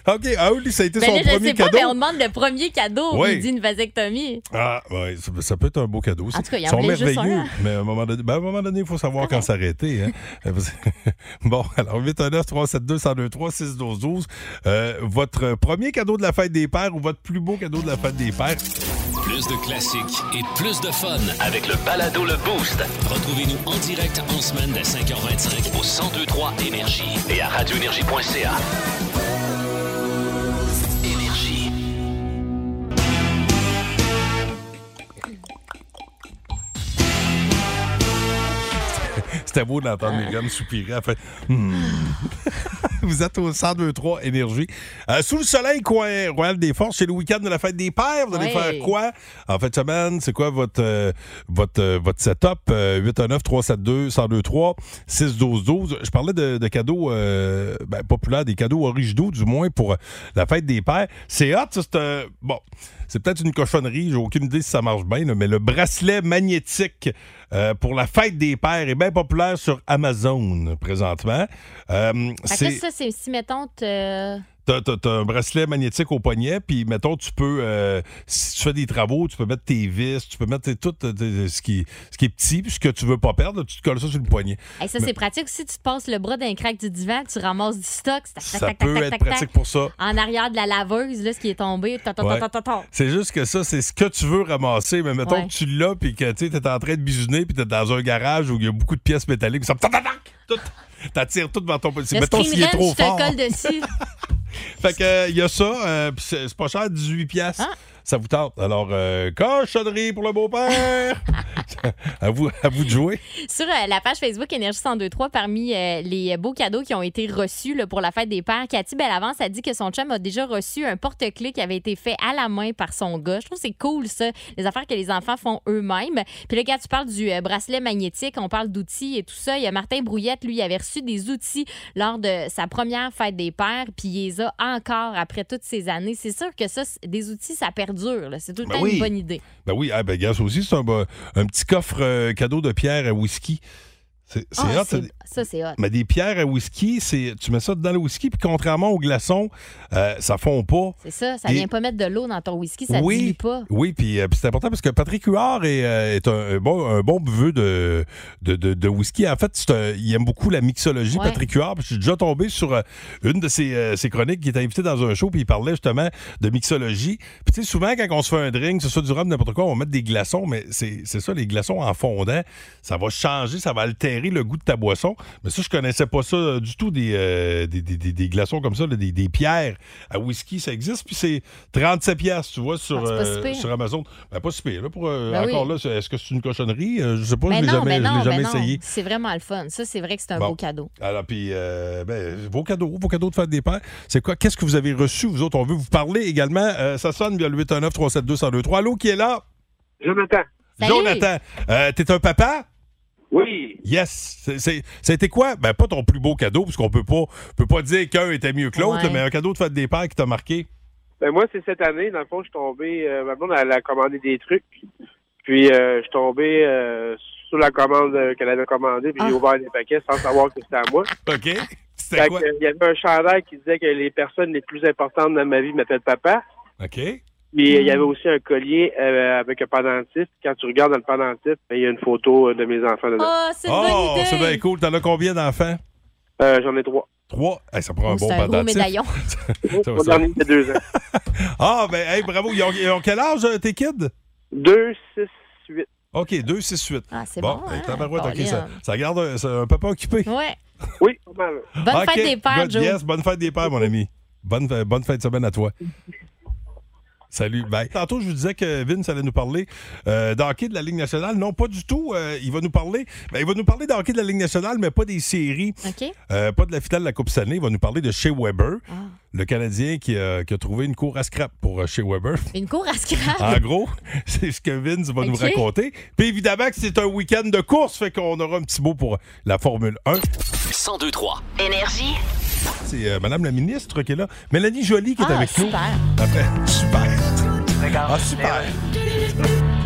Speaker 3: OK. Ah, oui, lui, ça a été
Speaker 7: Ben
Speaker 3: son
Speaker 7: là, je
Speaker 3: premier
Speaker 7: sais pas,
Speaker 3: cadeau.
Speaker 7: mais on demande le premier cadeau.
Speaker 3: Oui.
Speaker 7: Il dit une vasectomie.
Speaker 3: Ah, ouais, ça, ça peut être un beau cadeau.
Speaker 7: En tout cas, il en
Speaker 3: Ils sont
Speaker 7: voulait juste
Speaker 3: merveilleux.
Speaker 7: un, hein.
Speaker 3: mais à un moment donné, ben, à un moment donné, il faut
Speaker 7: Ah
Speaker 3: savoir quand s'arrêter.
Speaker 7: [LAUGHS]
Speaker 3: hein. Euh, parce que- bon, alors 819 372 1023 6 12 12 Euh, votre premier cadeau de la fête des pères ou votre plus beau cadeau de la fête des pères.
Speaker 2: Plus de classiques et plus de fun avec le balado Le Boost. Retrouvez-nous en direct en semaine dès 5h25 au 1023 Énergie et à radioénergie.ca. Énergie.
Speaker 3: C'était beau d'entendre les gars me soupirer. Elle fait, Hmm. [LAUGHS] Vous êtes au 1023 Énergie. Euh, sous le soleil, coin Royal des Forces, c'est le week-end de la fête des pères. Vous allez
Speaker 7: Ouais.
Speaker 3: faire quoi en fin de semaine? C'est quoi votre, euh, votre, euh, votre setup? 819-372-1023-612-12. Je parlais de, de cadeaux euh, ben, populaires, des cadeaux originaux, du moins, pour euh, la fête des pères. C'est hot, ça, c'est euh, Bon, c'est peut-être une cochonnerie, j'ai aucune idée si ça marche bien, là, mais le bracelet magnétique euh, pour la fête des pères est bien populaire sur Amazon présentement. Euh,
Speaker 7: Fait que là, ça, c'est si, mettons, t'as-
Speaker 3: T'as, t'as- t'as un bracelet magnétique au poignet, puis mettons, tu peux, euh, si tu fais des travaux, tu peux mettre tes vis, tu peux mettre tu sais, tout euh, t'es- ce, qui, ce qui est petit, puis ce que tu veux pas perdre, tu te colles ça sur le poignet.
Speaker 7: Hey, ça,
Speaker 3: Mais
Speaker 7: c'est pratique. Si tu te passes le bras d'un crack du divan, tu ramasses du stock. tac, tac,
Speaker 3: ça
Speaker 7: tac, tac,
Speaker 3: peut
Speaker 7: tac,
Speaker 3: être
Speaker 7: tac,
Speaker 3: pratique
Speaker 7: tac.
Speaker 3: pour ça.
Speaker 7: En arrière de la laveuse, là, ce qui est tombé. ta, ta, ta,
Speaker 3: Ouais.
Speaker 7: ta, ta, ta.
Speaker 3: C'est juste que ça, c'est ce que tu veux ramasser, mais mettons
Speaker 7: Ouais.
Speaker 3: que tu l'as, puis que tu es en train de bisouner, puis t'es dans un garage où il y a beaucoup de pièces métalliques, puis ça tac, tac, tac, tout- t'attires tout devant ton petit.
Speaker 7: Le
Speaker 3: Mettons
Speaker 7: screen
Speaker 3: s'il est
Speaker 7: wrench,
Speaker 3: trop
Speaker 7: tu te
Speaker 3: fort. [LAUGHS]
Speaker 7: colles dessus.
Speaker 3: Fait que euh, il y a ça, euh, puis c'est c'est pas cher, 18 piastres.
Speaker 7: Ah.
Speaker 3: Ça vous tente. Alors, euh, cochonnerie pour le
Speaker 7: [LAUGHS]
Speaker 3: beau-père! à, vous, à vous de jouer.
Speaker 7: Sur euh, la page Facebook Énergie 1023, parmi euh, les beaux cadeaux qui ont été reçus là, pour la fête des pères, Cathy Bellavance a dit que son chum a déjà reçu un porte-clés qui avait été fait à la main par son gars. Je trouve que c'est cool, ça, les affaires que les enfants font eux-mêmes. Puis là, quand tu parles du euh, bracelet magnétique, on parle d'outils et tout ça. Il y a Martin Brouillette, lui, il avait reçu des outils lors de sa première fête des pères, puis il les a encore après toutes ces années. C'est sûr que ça, c'est- des outils, ça perdure. là. C'est tout le
Speaker 3: Ben
Speaker 7: temps
Speaker 3: oui.
Speaker 7: une bonne idée.
Speaker 3: Ben oui, ah, ben, gars, ça aussi, c'est un, bon- un petit coffre euh, cadeau de pierre à whisky. C'est c'est
Speaker 7: Ah,
Speaker 3: hot, ça.
Speaker 7: c'est- ça, c'est hot.
Speaker 3: Mais des pierres à whisky, c'est tu mets ça dans le whisky, puis contrairement aux glaçons, euh, ça fond pas.
Speaker 7: C'est ça, ça
Speaker 3: Et-
Speaker 7: vient pas mettre de l'eau dans ton whisky, ça
Speaker 3: oui,
Speaker 7: dilue pas.
Speaker 3: Oui, puis euh, puis c'est important parce que Patrick Huard est, euh, est un, un bon, un bon buveux de, de, de- de whisky. En fait, c'est un- il aime beaucoup la mixologie,
Speaker 6: Ouais.
Speaker 3: Patrick Huard. Puis Je suis déjà tombé sur euh, une de ses, euh, ses chroniques qui était invité dans un show, puis il parlait justement de mixologie. Puis tu sais, souvent, quand on se fait un drink, c'est ça du rhum, n'importe quoi, on va mettre des glaçons, mais c'est c'est ça, les glaçons en fondant, ça va changer, ça va altérer le goût de ta boisson. Mais ça, je connaissais pas ça euh, du tout, des, euh, des, des- des- des glaçons comme ça, là, des, des pierres à whisky, ça existe. Puis c'est 37 piastres, tu vois, sur,
Speaker 7: Ah, c'est pas si
Speaker 3: euh,
Speaker 7: pire.
Speaker 3: sur Amazon. Ben, pas si pire. Là, pour, euh,
Speaker 7: Ben oui.
Speaker 3: encore là, c'est- est-ce que c'est une cochonnerie? Euh, je sais pas,
Speaker 7: Mais
Speaker 3: je l'ai
Speaker 7: non,
Speaker 3: jamais,
Speaker 7: mais
Speaker 3: je l'ai
Speaker 7: non, mais
Speaker 3: jamais
Speaker 7: non.
Speaker 3: essayé.
Speaker 7: C'est vraiment le fun. Ça, c'est vrai que c'est un
Speaker 3: Bon.
Speaker 7: beau cadeau.
Speaker 3: Alors, puis, euh, ben, vos cadeaux, vos cadeaux de fête des pères, c'est quoi? Qu'est-ce que vous avez reçu, vous autres? On veut vous parler également. Euh, ça sonne via le 819-372-1023. Allô, qui est là? Jonathan.
Speaker 6: Salut.
Speaker 3: Jonathan, euh, t'es un papa? Oui. Yes. C'est- c'est- C'était quoi? Ben, pas ton plus beau cadeau, parce qu'on peut pas, peut pas dire qu'un était mieux que l'autre,
Speaker 12: Ouais.
Speaker 3: là, mais un cadeau de fête des pères qui t'a marqué.
Speaker 12: Ben moi, c'est cette année, dans le fond, je suis tombé. euh, ma blonde, elle a commandé des trucs. Puis, euh, je suis tombé euh, sur la commande euh, qu'elle avait commandée.
Speaker 5: Ah.
Speaker 12: Puis, j'ai ouvert des paquets sans savoir que c'était à moi.
Speaker 3: OK.
Speaker 12: C'était quoi? Il y avait un chandail qui disait que les personnes les plus importantes dans ma vie m'appellent papa.
Speaker 3: OK.
Speaker 12: Puis, euh, il y avait aussi un collier euh, avec un pendentif. Quand tu regardes dans le pendentif, ben, il y a une photo euh, de mes enfants dedans.
Speaker 7: Ah, c'est
Speaker 3: Oh, c'est bien cool. T'en as combien d'enfants?
Speaker 12: Euh, J'en ai trois.
Speaker 3: Trois? Eh, ça prend un
Speaker 12: Oh,
Speaker 3: bon
Speaker 12: c'est un gros
Speaker 3: pendentif. [LAUGHS]
Speaker 12: médaillon.
Speaker 3: Ça va,
Speaker 12: Mon
Speaker 3: ça va.
Speaker 12: dernier, il y a deux ans. [LAUGHS]
Speaker 3: Ah, ben, hey, bravo. Ils ont, ils ont quel âge, euh, tes kids?
Speaker 12: 2, 6, 8.
Speaker 3: OK, 2, 6, 8.
Speaker 7: Ah, c'est
Speaker 3: bon. ben, tabarouette, OK, ça, ça garde un, c'est un papa occupé.
Speaker 7: Ouais.
Speaker 12: Oui, pas mal.
Speaker 7: Bonne
Speaker 3: OK,
Speaker 7: fête des pères,
Speaker 3: bonne-
Speaker 7: Joe.
Speaker 3: Yes, bonne fête des pères, mon ami. Bonne, fe- bonne fête de semaine à toi. Salut. Ben, tantôt, je vous disais que Vince allait nous parler euh, d'hockey de la Ligue nationale. Non, pas du tout. Euh, il va nous parler ben, il va nous parler d'hockey de la Ligue nationale, mais pas des séries.
Speaker 7: OK?
Speaker 3: Euh, pas de la finale de la Coupe Stanley. Il va nous parler de Shea Weber,
Speaker 7: Ah.
Speaker 3: le Canadien qui, a- qui a trouvé une cour à scrap pour euh, Shea Weber.
Speaker 7: Une cour à scrap.
Speaker 3: En gros, [LAUGHS] c'est ce que Vince va nous
Speaker 7: Ok.
Speaker 3: raconter. Puis évidemment que c'est un week-end de course, fait qu'on aura un petit mot pour la Formule 1.
Speaker 2: 1023.
Speaker 11: Énergie.
Speaker 7: Ah,
Speaker 3: C'est euh, Madame la ministre qui est là. Mélanie Joly qui est avec nous. Après- super. Ah, super!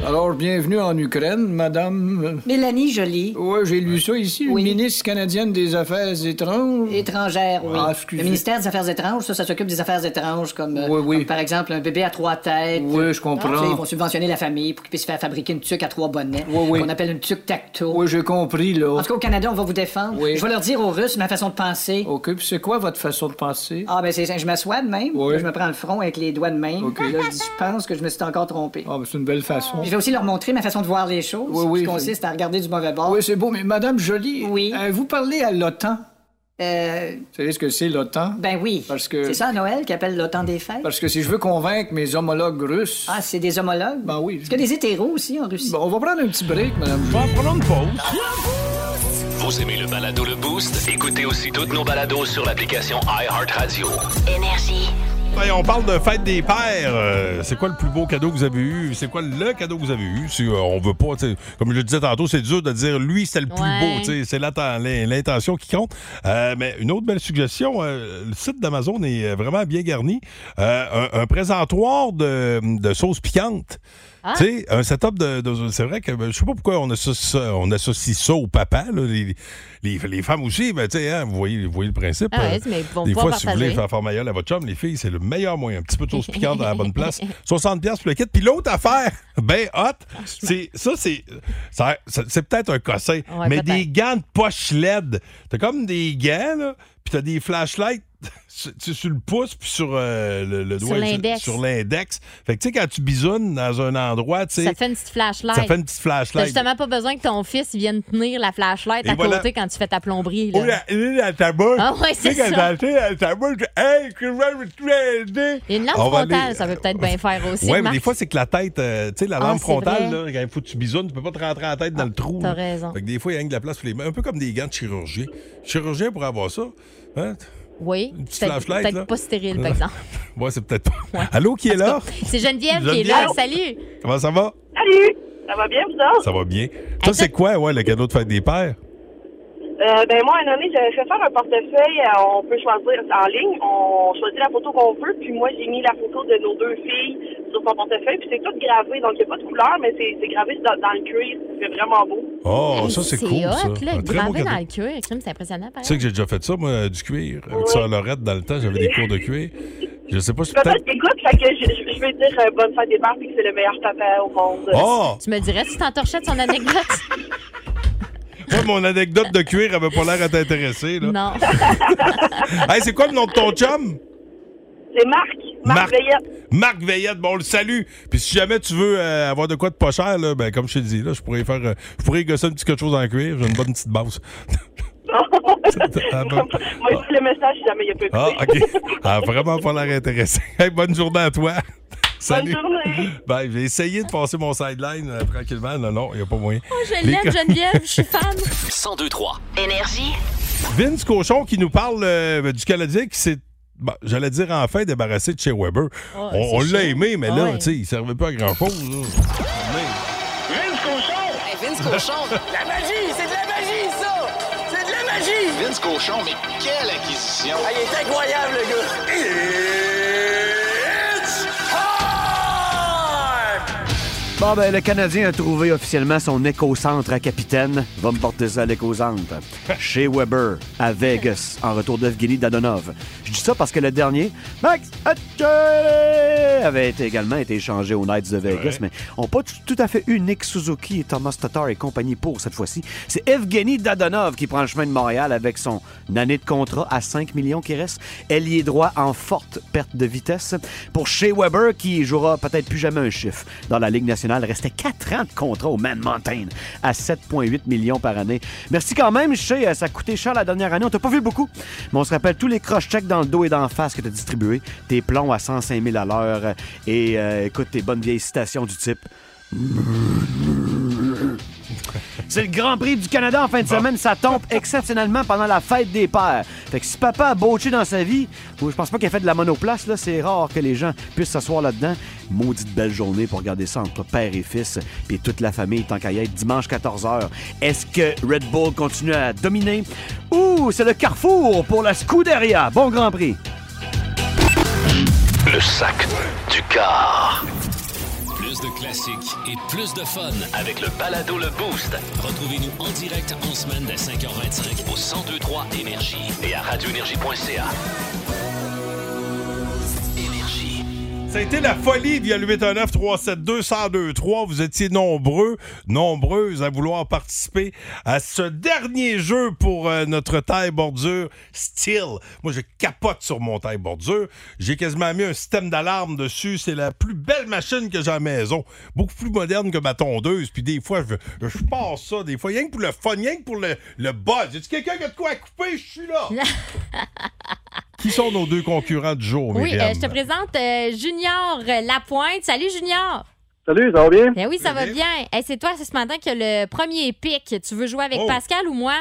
Speaker 5: Alors, bienvenue en Ukraine, Madame. Mélanie Jolie. Oui, j'ai lu ça ici. Ministre canadienne des Affaires étranges.
Speaker 6: Étrangère, oui.
Speaker 5: Ah, excusez.
Speaker 6: Le ministère des Affaires étranges, ça, ça s'occupe des affaires étranges, comme, euh,
Speaker 5: Oui, oui.
Speaker 6: comme, par exemple un bébé à trois têtes. Ah,
Speaker 5: Oui, je comprends.
Speaker 6: Tu sais, Ils vont subventionner la famille pour qu'ils puissent faire fabriquer une tuque à trois bonnets.
Speaker 5: Oui, oui.
Speaker 6: Qu'on appelle une tuque tacto.
Speaker 5: Oui, j'ai compris, là.
Speaker 6: En tout cas, au Canada, on va vous défendre.
Speaker 5: Oui.
Speaker 6: Je vais leur dire aux Russes ma façon de penser.
Speaker 5: OK, puis c'est quoi votre façon de penser?
Speaker 6: Ah, ben c'est ça, je m'assois de même.
Speaker 5: Oui.
Speaker 6: Là, je me prends le front avec les doigts de main.
Speaker 5: OK.
Speaker 6: Là, je dis, je pense que je me suis encore trompé.
Speaker 5: Ah, ben, c'est une belle façon.
Speaker 6: Puis Je vais aussi leur montrer ma façon de voir les choses,
Speaker 5: Oui, oui,
Speaker 6: qui
Speaker 5: je-
Speaker 6: consiste à regarder du mauvais bord.
Speaker 5: Oui, c'est beau, mais Madame Jolie,
Speaker 6: Oui.
Speaker 5: euh, vous parlez à l'OTAN.
Speaker 6: Euh,
Speaker 5: Vous savez ce que c'est l'OTAN?
Speaker 6: ben oui.
Speaker 5: Parce que,
Speaker 6: C'est ça, Noël, qui appelle le temps des fêtes.
Speaker 5: parce que si je veux convaincre mes homologues russes.
Speaker 6: Ah, c'est des homologues?
Speaker 5: Ben oui.
Speaker 6: Est-ce qu'il y a des hétéros aussi en Russie?
Speaker 5: Bon, on va prendre un petit break, Madame Jolie.
Speaker 3: On va prendre une pause.
Speaker 2: Vous aimez le balado Le Boost? Écoutez aussi toutes nos balados sur l'application iHeartRadio.
Speaker 13: Énergie.
Speaker 3: Hey, on parle de fête des pères. Euh, c'est quoi le plus beau cadeau que vous avez eu? C'est quoi le cadeau que vous avez eu? Si, euh, on veut pas, tu sais, comme je le disais tantôt, c'est dur de dire lui, c'était le plus
Speaker 7: Ouais.
Speaker 3: beau. tu sais, C'est l'atten- l'in- l'intention qui compte. Euh, mais une autre belle suggestion, euh, le site d'Amazon est euh, vraiment bien garni. Euh, un, un présentoir de, de sauce piquante.
Speaker 7: Ah.
Speaker 3: Tu sais, un setup de. de- c'est vrai que ben, je sais pas pourquoi on associe, ça- on associe ça au papa. là. les, les- les femmes aussi, ben, tu sais, hein, vous, voyez, vous voyez le principe.
Speaker 7: Ah ouais,
Speaker 3: Euh,
Speaker 7: mais ils vont
Speaker 3: des
Speaker 7: pas
Speaker 3: fois, si vous
Speaker 7: partager.
Speaker 3: voulez faire faire ma gueule à votre chum, les filles, c'est le meilleur moyen. Un petit
Speaker 7: [LAUGHS]
Speaker 3: peu de sauce piquante à la bonne place. 60$ piastres pour le kit. Puis l'autre affaire, [LAUGHS] ben
Speaker 7: Ah,
Speaker 3: hot, c'est, ça, c'est, ça- ça- c'est peut-être un cossin,
Speaker 7: Ouais,
Speaker 3: mais
Speaker 7: peut-être.
Speaker 3: des gants de poche LED. T'as comme des gants, là, puis t'as des flashlights [LAUGHS] sur, tu sais, sur le pouce, puis sur euh, le, le
Speaker 7: Sur
Speaker 3: doigt.
Speaker 7: l'index.
Speaker 3: Sur l'index. Fait que, tu sais, quand tu bisounes dans un endroit, tu sais,
Speaker 7: Ça te fait une petite flashlight.
Speaker 3: ça fait une petite
Speaker 7: T'as
Speaker 3: flashlight.
Speaker 7: justement pas besoin que ton fils vienne tenir la flashlight
Speaker 3: Et
Speaker 7: à
Speaker 3: voilà.
Speaker 7: côté quand tu fais ta plomberie.
Speaker 3: Oh,
Speaker 7: Là.
Speaker 3: la- elle est dans ta bouche.
Speaker 7: Ah ouais,
Speaker 3: Tu sais,
Speaker 7: c'est
Speaker 3: quand
Speaker 7: ça.
Speaker 3: t'as- t'as- t'as bouche, hey, excuse-moi, je me suis aidé.
Speaker 7: Une lampe
Speaker 3: On va
Speaker 7: frontale,
Speaker 3: aller-
Speaker 7: ça peut peut-être bien faire aussi.
Speaker 3: Oui, mais
Speaker 7: Marc.
Speaker 3: des fois, c'est que la tête, euh, tu sais, la
Speaker 7: Ah,
Speaker 3: lampe
Speaker 7: c'est
Speaker 3: frontale,
Speaker 7: vrai. Ah,
Speaker 3: là, quand il faut que tu bisounes, tu peux pas te rentrer la tête dans le trou. là.
Speaker 7: t'as raison.
Speaker 3: Fait que des fois, il y a rien que de la place pour les mains. Un peu comme des gants de chirurgien. Le Chirurgien pourrait avoir ça. Hein?
Speaker 7: Oui,
Speaker 3: petite
Speaker 7: peut-être
Speaker 3: flashlight, là. Ah.
Speaker 7: peut-être pas stérile,
Speaker 3: [LAUGHS]
Speaker 7: par exemple.
Speaker 3: Ouais, c'est peut-être pas. Allô, qui est là?
Speaker 7: C'est Geneviève qui est là. Salut!
Speaker 3: Comment ça va?
Speaker 11: Salut! Ça va bien, vous autres?
Speaker 3: Ça va bien. Toi, c'est quoi, ouais, le cadeau de fête des pères?
Speaker 11: Euh, ben moi, une année, j'avais fait faire un portefeuille. euh, On peut choisir en ligne. On choisit la photo qu'on veut. Puis moi, j'ai mis la photo de nos deux filles sur son portefeuille. Puis c'est tout gravé. Donc, il n'y a pas de couleur, mais c'est c'est gravé dans, dans le cuir. C'est vraiment beau.
Speaker 3: Oh,
Speaker 7: Hey,
Speaker 3: ça, c'est cool. ça.
Speaker 7: hot, là,
Speaker 3: Un très beau
Speaker 7: gravé dans
Speaker 3: cadeau.
Speaker 7: le cuir, crime, c'est impressionnant,
Speaker 3: Tu
Speaker 7: pareil.
Speaker 3: sais que j'ai déjà fait ça, moi, du cuir. Avec Sœur Lorette, dans le temps, j'avais des cours de cuir. Je sais pas si
Speaker 11: Papa,
Speaker 3: peut-être.
Speaker 11: t'écoute. Fait que je, je- je veux dire euh, bonne fête des pères puis que c'est le meilleur papa au monde.
Speaker 3: Oh!
Speaker 7: Tu me dirais si t'entorchais de son anecdote?
Speaker 3: Ouais, mon anecdote de cuir avait pas l'air à t'intéresser, [LAUGHS] là.
Speaker 7: non.
Speaker 3: Hey, c'est quoi le nom de ton chum?
Speaker 11: C'est Marc. Marc Veillette.
Speaker 3: [LAUGHS] Marc Veillette, bon, on le salue. Puis si jamais tu veux euh, avoir de quoi de pas cher, là, ben, comme je te dis, là, je pourrais faire. euh, je pourrais gosser un petit quelque chose en cuir. J'ai une bonne petite basse. Ah, bon.
Speaker 11: [LAUGHS] Moi, je fais le message si jamais il y a peu de
Speaker 3: Ah, OK. Ah, vraiment pas l'air intéressé. [LAUGHS] Hey, bonne journée à toi. Salut.
Speaker 11: journée.
Speaker 3: Ben, j'ai essayé de passer mon sideline euh, tranquillement. Non, non, il n'y a pas moyen. [LAUGHS]
Speaker 7: Je
Speaker 3: Les
Speaker 7: l'aime,
Speaker 3: co-
Speaker 7: Geneviève,
Speaker 3: [LAUGHS]
Speaker 7: je suis fan.
Speaker 2: 1023.
Speaker 13: Énergie.
Speaker 3: Vince Cochon qui nous parle euh, du Canadien qui s'est, ben, j'allais dire enfin, débarrassé de chez Weber. on on l'a aimé, mais là,
Speaker 7: Ouais.
Speaker 3: tu sais, il servait pas à grand-chose. là.
Speaker 13: Vince Cochon. Vince Cochon. la magie, c'est de la magie, ça. C'est de la magie. Vince Cochon, mais quelle acquisition. il est incroyable, le gars. It's
Speaker 14: Bon, ben, le Canadien a trouvé officiellement son éco-centre à capitaine. Va me porter ça à l'éco-centre. Chez Weber, à Vegas, en retour d'Evgeny Dadonov. Je dis ça parce que le dernier, Max Hutchinson, avait été également été échangé aux Knights de Vegas, mais ont pas tout- tout à fait unique Suzuki et Thomas Tatar et compagnie pour cette fois-ci. C'est Evgeny Dadonov qui prend le chemin de Montréal avec son année de contrat à 5 millions qui reste. Ailier droit en forte perte de vitesse. Pour Shea Weber, qui jouera peut-être plus jamais un chiffre dans la Ligue nationale, restait 4 ans de contrat au Man Mountain à 7,8 millions par année. Merci quand même, Shea. Euh, Ça a coûté cher la dernière année. On t'a pas vu beaucoup. Mais on se rappelle tous les cross-checks dans le dos et d'en face que t'as distribués. Tes plombs à 105 000 à l'heure. Et euh, écoute tes bonnes vieilles citations du type. C'est le Grand Prix du Canada en fin de semaine. Ça tombe exceptionnellement pendant la fête des pères. Fait que si papa a botché dans sa vie, ou je pense pas qu'il a fait de la monoplace, là, c'est rare que les gens puissent s'asseoir là-dedans. Maudite belle journée pour regarder ça entre père et fils, puis toute la famille tant qu'à y être dimanche 14h. Est-ce que Red Bull continue à dominer? Ouh, c'est le carrefour pour la Scuderia. Bon Grand Prix.
Speaker 2: Le sac du car. de classiques et plus de fun avec le balado Le Boost. Retrouvez-nous en direct en semaine dès 5h25 au 1023 Énergie et à radioénergie.ca.
Speaker 3: Ça a été la folie via le 819-372-1023. Vous étiez nombreux, nombreuses à vouloir participer à ce dernier jeu pour euh, notre taille bordure Steel. Moi, je capote sur mon taille bordure. J'ai quasiment mis un système d'alarme dessus. C'est la plus belle machine que j'ai à la maison. Beaucoup plus moderne que ma tondeuse. Puis des fois, je, je passe ça. Des fois, rien que pour le fun, rien que pour le, le buzz. Y a-tu quelqu'un qui a de quoi à couper? Je suis
Speaker 7: [LAUGHS]
Speaker 3: là. Qui sont nos deux concurrents du jour,
Speaker 7: Oui,
Speaker 3: Myriam?
Speaker 7: euh, je te présente euh, Junior euh, Lapointe. Salut, Junior.
Speaker 12: Salut, ça va bien?
Speaker 7: Ben oui, ça va bien. Hey, c'est toi, c'est ce matin que le premier pic. Tu veux jouer avec
Speaker 12: Oh.
Speaker 7: Pascal ou moi?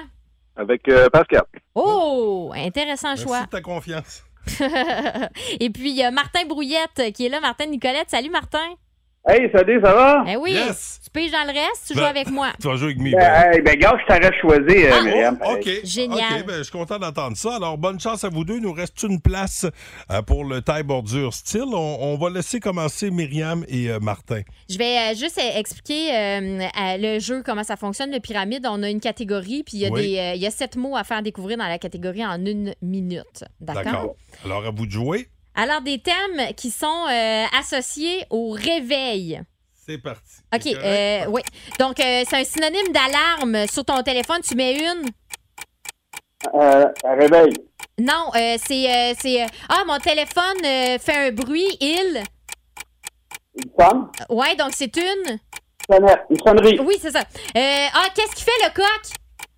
Speaker 12: Avec euh, Pascal.
Speaker 7: Oh, intéressant choix. [LAUGHS]
Speaker 3: de ta confiance.
Speaker 7: Et puis, il y a Martin Brouillette euh, qui est là. Martin Nicolette. Salut, Martin.
Speaker 15: Hey, salut, ça va?
Speaker 7: Ben oui, tu piges dans le reste, tu joues
Speaker 3: Ben,
Speaker 7: avec moi.
Speaker 3: Tu vas jouer avec
Speaker 15: Ben,
Speaker 3: Myriam.
Speaker 15: hey, ben, gars, je t'aurais choisi, euh,
Speaker 3: Ah,
Speaker 15: Myriam.
Speaker 3: oh, OK.
Speaker 7: Génial.
Speaker 3: OK, ben, je suis content d'entendre ça. Alors, bonne chance à vous deux. Il nous reste une place euh, pour le taille bordure style. On, on va laisser commencer Myriam et euh, Martin.
Speaker 7: Je vais euh, juste euh, expliquer euh, euh, le jeu, comment ça fonctionne, le pyramide. On a une catégorie, puis il y, a
Speaker 3: Oui.
Speaker 7: des, euh, il y a sept mots à faire découvrir dans la catégorie en une minute. D'accord?
Speaker 3: Alors, à vous de jouer.
Speaker 7: Alors, des thèmes qui sont euh, associés au réveil.
Speaker 3: C'est parti.
Speaker 7: OK,
Speaker 3: C'est correct?
Speaker 7: euh, oui. Donc, euh, c'est un synonyme d'alarme. Sur ton téléphone, tu mets une.
Speaker 15: Euh, réveil.
Speaker 7: Non, euh, c'est. euh, c'est, euh, ah, mon téléphone euh, fait un bruit, il.
Speaker 15: Une femme?
Speaker 7: Ouais, donc c'est une.
Speaker 15: Sonnette. Une sonnerie.
Speaker 7: Oui, c'est ça. Euh, ah, qu'est-ce qui fait le coq?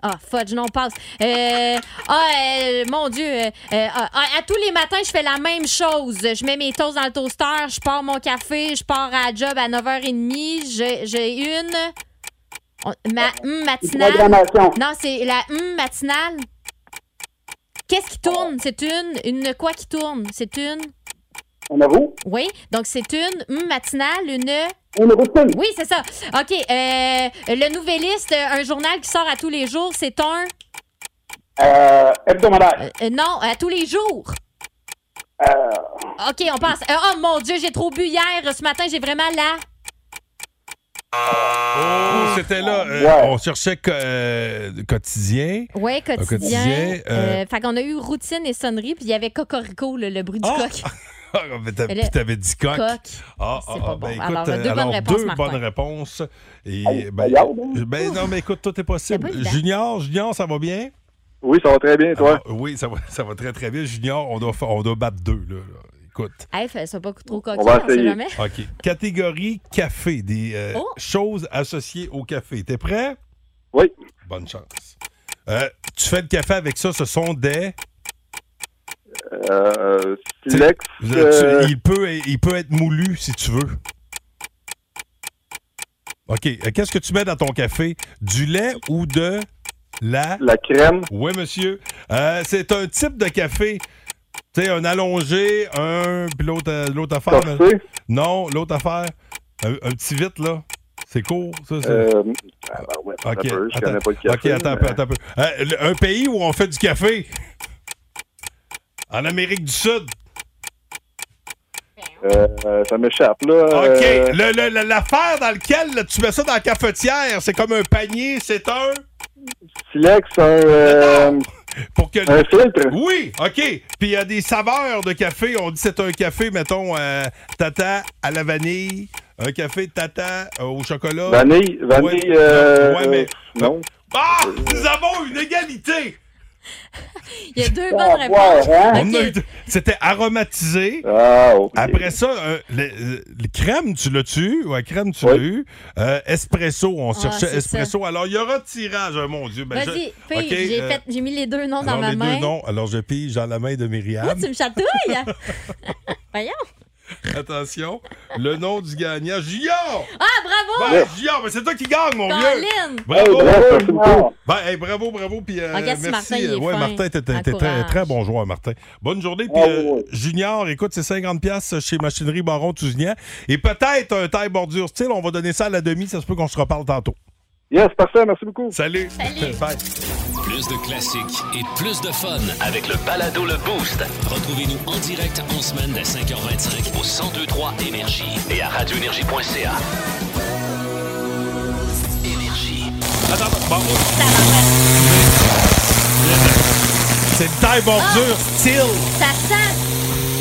Speaker 7: Ah, fudge, non, passe. Euh, ah, euh, mon Dieu. euh, euh, ah, à, tous les matins, je fais la même chose. Je mets mes toasts dans le toaster, je pars mon café, je pars à la job à 9h30. je- J'ai une. on- ma hum matinale.
Speaker 15: Programmation.
Speaker 7: Non, c'est la hum matinale. Qu'est-ce qui tourne? C'est une. Une quoi qui tourne? C'est une.
Speaker 15: Une roue.
Speaker 7: Oui, donc c'est une hum, matinale, une...
Speaker 15: Une routine.
Speaker 7: Oui, c'est ça. OK, euh, le Nouvelliste, euh, un journal qui sort à tous les jours, c'est un...
Speaker 15: Euh, hebdomadaire.
Speaker 7: euh, non, à tous les jours.
Speaker 3: Euh.
Speaker 7: OK, on passe. Euh, oh mon Dieu, j'ai trop bu hier. Ce matin, j'ai vraiment la...
Speaker 3: Oh, c'était là. euh, On cherchait co- euh, quotidien.
Speaker 7: Ouais,
Speaker 3: Un
Speaker 7: quotidien.
Speaker 3: quotidien, euh,
Speaker 7: Euh, fait qu'on a eu routine et sonnerie, puis il y avait cocorico, le, le bruit du coq. [LAUGHS]
Speaker 3: [LAUGHS] Ah, mais t'as-
Speaker 7: Le
Speaker 3: puis t'avais dit coq.
Speaker 7: coq.
Speaker 3: Ah, ah,
Speaker 7: C'est
Speaker 3: ah,
Speaker 7: pas bon.
Speaker 3: ben, écoute,
Speaker 7: Alors, deux
Speaker 3: euh,
Speaker 7: bonnes
Speaker 3: alors,
Speaker 7: réponses,
Speaker 3: deux
Speaker 7: Martin.
Speaker 3: bonnes réponses. Et,
Speaker 12: Aïe,
Speaker 3: ben,
Speaker 12: aïe, aïe,
Speaker 3: euh, ben, non, mais écoute, tout est possible.
Speaker 12: évident.
Speaker 3: Junior, Junior, ça va bien?
Speaker 12: Oui, ça va très bien, toi?
Speaker 3: Ah, oui, ça va, [LAUGHS] ça va très, très bien. Junior, on doit, fa- on doit battre deux, là. là. Écoute.
Speaker 7: Hey, fais- sois pas trop coquille,
Speaker 3: On
Speaker 7: on,
Speaker 3: va
Speaker 7: sait
Speaker 3: essayer.
Speaker 7: jamais.
Speaker 3: [LAUGHS] OK. Catégorie café, des euh, choses associées au café. T'es prêt?
Speaker 12: Oui.
Speaker 3: Bonne chance. Euh, tu fais le café avec ça, ce sont des...
Speaker 12: Euh, Silex.
Speaker 3: Tu-
Speaker 12: euh,
Speaker 3: il, peut, il peut être moulu si tu veux. OK. Euh, Qu'est-ce que tu mets dans ton café? Du lait ou de la...
Speaker 12: La crème.
Speaker 3: Oui, monsieur. Euh, c'est un type de café. Tu sais, un allongé, un... Puis l'autre euh, l'autre affaire... là.
Speaker 12: Corsé?
Speaker 3: Non, l'autre affaire. Un, un petit vite, là. C'est court, ça. ça.
Speaker 12: Euh, ah, bah ouais, attends
Speaker 3: OK,
Speaker 12: un peu, je
Speaker 3: attends.
Speaker 12: connais pas le café.
Speaker 3: OK, attends un peu,
Speaker 12: mais-
Speaker 3: attends un peu. Euh, le- un pays où on fait du café? En Amérique du Sud.
Speaker 12: Euh, euh, ça m'échappe, là.
Speaker 3: OK.
Speaker 12: euh,
Speaker 3: Le- le- le- L'affaire dans laquelle là, tu mets ça dans la cafetière, c'est comme un panier, c'est un.
Speaker 12: Silex, un. euh,
Speaker 3: Pour que
Speaker 12: Un filtre.
Speaker 3: Oui, OK. Puis il y a des saveurs de café. On dit c'est un café, mettons, euh, tata à la vanille, un café tata euh, au chocolat.
Speaker 12: Vanille, vanille.
Speaker 3: Ouais,
Speaker 12: euh,
Speaker 3: ouais, mais.
Speaker 12: Non.
Speaker 3: Ah! Nous avons une égalité!
Speaker 7: Il y a deux bonnes réponses.
Speaker 3: On a eu deux. C'était aromatisé. Après ça, euh, le, le crème, tu l'as-tu? Ouais, crème, tu l'as eu. Euh, espresso, on
Speaker 7: Ah,
Speaker 3: cherchait
Speaker 7: c'est
Speaker 3: espresso. Alors, il y aura tirage, euh, mon Dieu. Ben,
Speaker 7: Vas-y,
Speaker 3: je-
Speaker 7: pige.
Speaker 3: OK,
Speaker 7: J'ai
Speaker 3: euh,
Speaker 7: fait- j'ai mis les deux noms dans
Speaker 3: alors,
Speaker 7: ma
Speaker 3: les
Speaker 7: main.
Speaker 3: deux noms. Alors, je pige dans la main de Myriam.
Speaker 7: Oh, tu
Speaker 3: [LAUGHS]
Speaker 7: me chatouilles! Voyons.
Speaker 3: Attention, le nom du gagnant, Junior!
Speaker 7: Ah, bravo!
Speaker 3: Ben, Junior, ben, c'est toi qui gagne, mon vieux!
Speaker 7: Colin!
Speaker 3: Bravo!
Speaker 12: Hey, bravo, Junior.
Speaker 3: Ben, hey, bravo, bravo. Puis, euh,
Speaker 7: Regarde
Speaker 3: merci.
Speaker 7: si Martin, il est
Speaker 3: euh, ouais,
Speaker 7: fin.
Speaker 3: Martin, t'es t'es- t'es très,
Speaker 7: Encourage.
Speaker 3: très bon joueur, Martin. Bonne journée.
Speaker 12: Ah,
Speaker 3: Puis, euh, Junior, écoute, c'est 50$ chez Machinerie Baron Tousignan. Et peut-être un taille bordure style. On va donner ça à la demi. Ça se peut qu'on se reparle tantôt.
Speaker 12: Yes, parfait. Merci beaucoup.
Speaker 3: Salut. [LAUGHS] Bye.
Speaker 2: Plus de classiques et plus de fun avec le balado Le Boost. Retrouvez-nous en direct en semaine dès 5h25 au 1023 Énergie et à radioénergie.ca.
Speaker 3: Attends, bon. C'est une taille bordure,
Speaker 7: Ah!
Speaker 3: style.
Speaker 7: Ça sent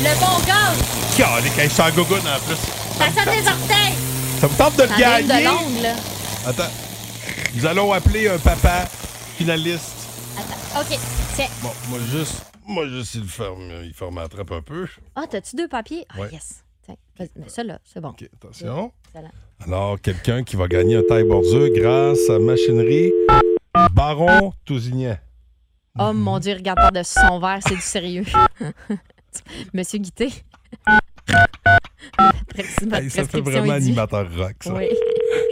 Speaker 7: le bon gaz.
Speaker 3: Calé, quand je suis en gougoune en plus.
Speaker 7: Ça sent des orteils.
Speaker 3: Ça vous tente de le
Speaker 7: Ça vient de
Speaker 3: gagner?
Speaker 7: l'ongle.
Speaker 3: Attends. Nous allons appeler un papa finaliste.
Speaker 7: OK. Tiens.
Speaker 3: Bon, moi juste. Moi juste, il ferme. Il ferme la trappe un peu.
Speaker 7: Ah, t'as-tu deux papiers? Ah,
Speaker 3: Ouais.
Speaker 7: yes. Tiens, vas-y, mais celui-là, c'est bon. OK,
Speaker 3: attention.
Speaker 7: Excellent.
Speaker 3: Alors, quelqu'un qui va gagner un taille bordure grâce à machinerie Baron Tousignan.
Speaker 7: Oh mon Dieu, regarde par de son verre, c'est du sérieux. [LAUGHS] Monsieur Guité. [LAUGHS] Prescription
Speaker 3: Hey, ça fait vraiment
Speaker 7: est due.
Speaker 3: animateur rock, ça.
Speaker 7: Oui.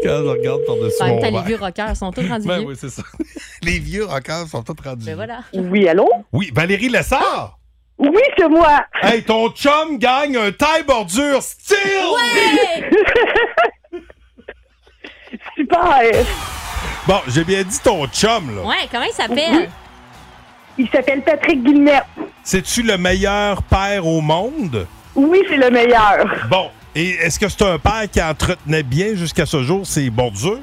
Speaker 3: Quand je regarde par-dessus
Speaker 7: En même
Speaker 3: mon
Speaker 7: temps, les
Speaker 3: verre.
Speaker 7: vieux rockers sont tous rendus
Speaker 3: Ben
Speaker 7: vieux.
Speaker 3: oui, c'est
Speaker 7: [LAUGHS]
Speaker 3: ça. les vieux rockers sont tous rendus.
Speaker 7: Ben voilà.
Speaker 3: Oui, allô? Oui, Valérie Lessard!
Speaker 11: Oui, c'est moi!
Speaker 3: Hey, ton chum gagne un taille bordure style!
Speaker 11: Super!
Speaker 3: Bon, j'ai bien dit ton chum, là.
Speaker 7: Ouais, comment il s'appelle?
Speaker 11: Il s'appelle Patrick Guillemette.
Speaker 3: C'est-tu le meilleur père au monde?
Speaker 11: Oui, c'est le meilleur.
Speaker 3: Bon, et est-ce que c'est un père qui entretenait bien jusqu'à ce jour ses bordures?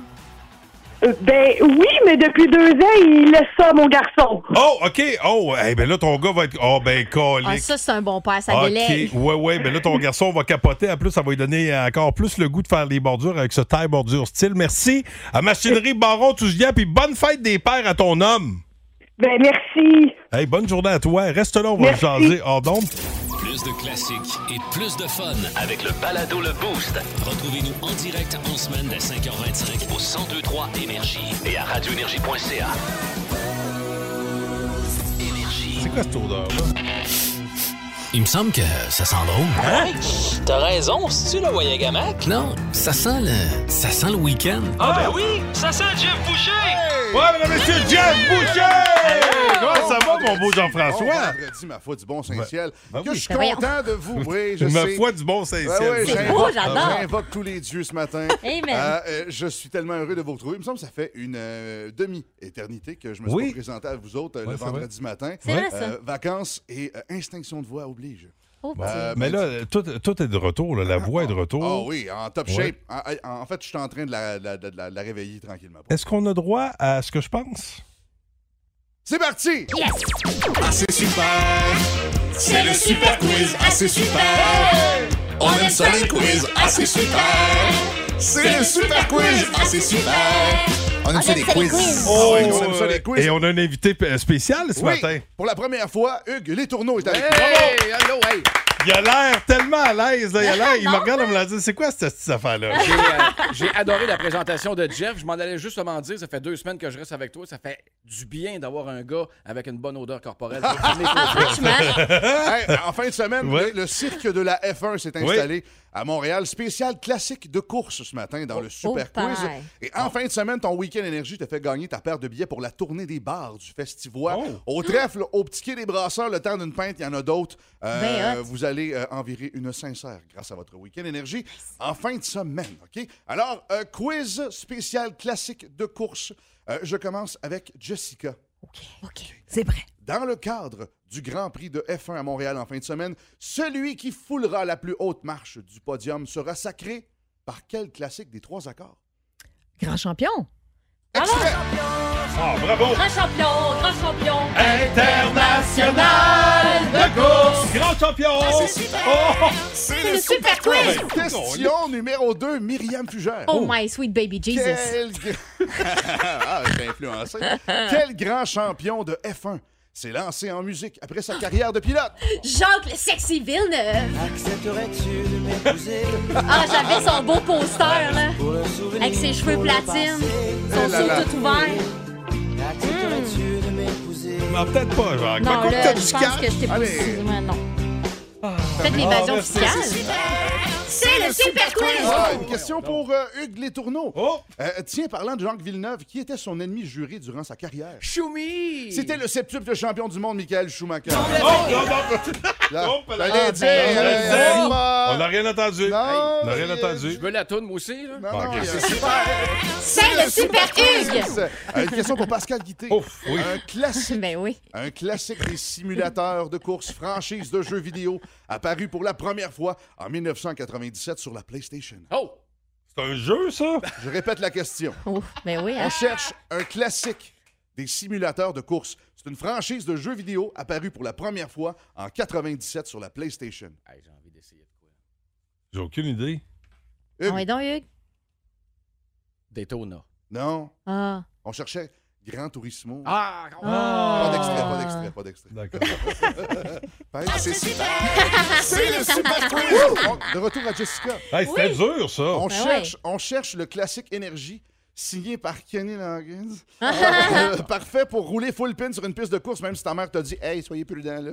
Speaker 11: Euh, Ben oui, mais depuis deux ans, il laisse ça, mon garçon.
Speaker 3: Oh, OK. Oh, eh ben là, ton gars va être. Oh, ben,
Speaker 7: Ah,
Speaker 3: colique.
Speaker 7: ça, c'est un bon père, ça
Speaker 3: OK.
Speaker 7: délègue.
Speaker 3: Ouais, ouais. Ben là, ton garçon va capoter. En plus, ça va lui donner encore plus le goût de faire les bordures avec ce taille bordure style. Merci à Machinerie Baron Tousignan. Puis bonne fête des pères à ton homme.
Speaker 11: Ben, merci.
Speaker 3: Hey, bonne journée à toi. Reste là, on va
Speaker 2: Merci.
Speaker 3: jaser hors d'onde.
Speaker 2: Plus de classiques et plus de fun avec le balado Le Boost. Retrouvez-nous en direct en semaine dès 5h25 au 1023 Énergie et à radioénergie.ca.
Speaker 3: C'est quoi cette odeur-là?
Speaker 1: Il me semble que ça sent drôle.
Speaker 2: Hein? T'as raison, c'est-tu le Wayagamac?
Speaker 1: Non, ça sent le, ça sent le week-end.
Speaker 2: oui, ça sent Jeff Boucher!
Speaker 3: Ouais, mesdames et messieurs, Jeff Boucher! Comment ça va, mon beau Jean-François?
Speaker 16: Bon vendredi, ma foi du bon Saint-Ciel.
Speaker 3: Ben- ben
Speaker 16: que
Speaker 3: oui.
Speaker 16: je suis
Speaker 3: Ben voyons.
Speaker 16: content de vous. Oui, je
Speaker 3: Ma
Speaker 16: sais.
Speaker 3: foi du bon Saint-Ciel.
Speaker 16: Ben oui,
Speaker 3: C'est
Speaker 16: j'invoque-
Speaker 3: beau, j'adore.
Speaker 16: J'invoque tous les dieux ce matin.
Speaker 7: Amen.
Speaker 16: euh, je suis tellement heureux de vous retrouver. Il me semble que ça fait une euh, demi-éternité que je me suis
Speaker 3: Oui.
Speaker 16: pas présenté à vous autres euh,
Speaker 3: Ouais,
Speaker 16: le
Speaker 3: c'est vrai.
Speaker 16: vendredi matin. Euh,
Speaker 3: C'est vrai, ça.
Speaker 16: Vacances et euh, extinction de voix oblige.
Speaker 7: Oh,
Speaker 3: ben,
Speaker 16: Euh,
Speaker 3: mais là, tout, tout est de retour. là. La voix est de retour.
Speaker 16: Ah oui, en top
Speaker 3: Oh. Ouais.
Speaker 16: shape. En, en fait, je suis en train de la, de- de- de la réveiller tranquillement.
Speaker 3: Est-ce qu'on a droit à ce que je pense?
Speaker 16: C'est parti!
Speaker 13: Yes! Ah, c'est super!
Speaker 16: C'est le
Speaker 13: super quiz! Ah, c'est super! On aime ça les quiz! Ah, c'est super! C'est le super quiz! Ah, c'est super! On aime ça les quiz!
Speaker 16: Ah ouais,
Speaker 3: Oh,
Speaker 16: on aime ça, les
Speaker 3: euh,
Speaker 16: quiz.
Speaker 3: Et on a un invité p- spécial ce
Speaker 16: Oui,
Speaker 3: matin.
Speaker 16: Pour la première fois, Hugues Les Tourneaux est avec nous. Bravo!
Speaker 3: Il a l'air tellement à l'aise. là. Il, a l'air- il me regarde et me l'a dit C'est quoi cette petite affaire-là?
Speaker 17: J'ai, euh, J'ai adoré la présentation de Jeff. Je m'en allais justement dire, ça fait deux semaines que je reste avec toi. Ça fait du bien d'avoir un gars avec une bonne odeur corporelle.
Speaker 8: Ah,
Speaker 7: Ah, oh,
Speaker 16: Hey, en fin de semaine, le, le cirque de la F1 s'est
Speaker 17: Oui.
Speaker 16: installé à Montréal. Spécial classique de course ce matin dans le Super
Speaker 13: oh,
Speaker 7: ben,
Speaker 16: Quiz.
Speaker 13: paille.
Speaker 16: Et en fin de semaine, ton week-end énergie te fait gagner ta paire de billets pour la tournée des bars du Festivois.
Speaker 3: Oh.
Speaker 16: Au trèfle, au petit quai des brasseurs, le temps d'une pinte, il y en a d'autres.
Speaker 13: Ben hot.
Speaker 16: vous allez euh, en virer une sincère grâce à votre week-end énergie en fin de semaine. OK? Alors, euh, quiz spécial classique de course. Euh, je commence avec Jessica.
Speaker 18: C'est vrai.
Speaker 16: Dans le cadre du Grand Prix de F1 à Montréal en fin de semaine, celui qui foulera la plus haute marche du podium sera sacré par quel classique des trois accords?
Speaker 18: Grand champion.
Speaker 3: Ah, bravo!
Speaker 13: Grand champion, grand champion!
Speaker 16: International de course.
Speaker 3: Grand champion! Oh.
Speaker 16: C'est
Speaker 7: le Super Quiz.
Speaker 16: Question numéro 2, Myriam Fugère.
Speaker 7: Oh, my sweet baby Jesus.
Speaker 16: Quel [LAUGHS] ah, je t'ai influencé. Quel grand champion de F1 s'est lancé en musique après sa carrière de pilote?
Speaker 7: Jacques Sexy Villeneuve.
Speaker 13: Accepterais-tu de m'épouser?
Speaker 7: Ah, j'avais son beau poster, là. Avec ses cheveux platines, son
Speaker 13: Eh là là.
Speaker 7: saut tout ouvert.
Speaker 13: Accepterais-tu de m'épouser?
Speaker 3: Non, peut-être pas, Jacques.
Speaker 7: Non,
Speaker 3: Par contre,
Speaker 7: là,
Speaker 3: t'as
Speaker 7: je
Speaker 3: du
Speaker 7: pense
Speaker 3: cash.
Speaker 7: que je t'ai pas
Speaker 3: Allez.
Speaker 7: dit, ouais, non. Faites l'évasion
Speaker 3: Ah, merci.
Speaker 7: fiscale.
Speaker 13: C'est le super quiz.
Speaker 16: Ah, une question pour euh, Hugues Les Tourneaux.
Speaker 3: Oh!
Speaker 16: Euh, tiens, parlant de Jacques Villeneuve, qui était son ennemi juré durant sa carrière?
Speaker 17: Choumi!
Speaker 16: C'était le septuple champion du monde, Michael Schumacher.
Speaker 13: Oh, non,
Speaker 3: [LAUGHS]
Speaker 16: Là,
Speaker 3: Oh,
Speaker 16: t'allais
Speaker 17: Ah,
Speaker 16: dire,
Speaker 17: ben,
Speaker 16: euh,
Speaker 17: je le sais.
Speaker 16: on va-
Speaker 3: On n'a rien entendu. on n'a rien
Speaker 17: euh,
Speaker 3: entendu.
Speaker 17: Je veux la toune, moi aussi. Là.
Speaker 3: Ah, ok.
Speaker 13: C'est le Super Hugues.
Speaker 16: Euh, Une question pour Pascal Guité.
Speaker 3: Oh, oui.
Speaker 16: Un classique.
Speaker 7: Ben
Speaker 16: Un classique des simulateurs de course franchise de jeux vidéo apparu pour la première fois en 1997 sur la PlayStation.
Speaker 17: Oh!
Speaker 16: C'est un jeu, ça? Je répète la question.
Speaker 7: Ben oui, hein.
Speaker 16: On cherche un classique des simulateurs de course. C'est une franchise de jeux vidéo apparue pour la première fois en 97 sur la PlayStation.
Speaker 3: J'ai aucune idée.
Speaker 7: On est Ah, donc, Hugues.
Speaker 17: Daytona.
Speaker 16: Non.
Speaker 7: Ah.
Speaker 16: On cherchait Grand Turismo.
Speaker 17: Ah!
Speaker 13: Ah.
Speaker 16: Pas d'extrait, pas d'extrait, pas d'extrait. D'accord. Ah, c'est super!
Speaker 13: C'est le Super Quiz.
Speaker 16: Oh, De retour à Jessica.
Speaker 3: Hey, c'était Oui. dur, ça.
Speaker 16: On,
Speaker 3: Ben
Speaker 16: cherche,
Speaker 3: ouais.
Speaker 16: on cherche le classique énergie signé par Kenny Loggins. Euh, parfait pour rouler full pin sur une piste de course, même si ta mère t'a dit Hey, soyez prudent là.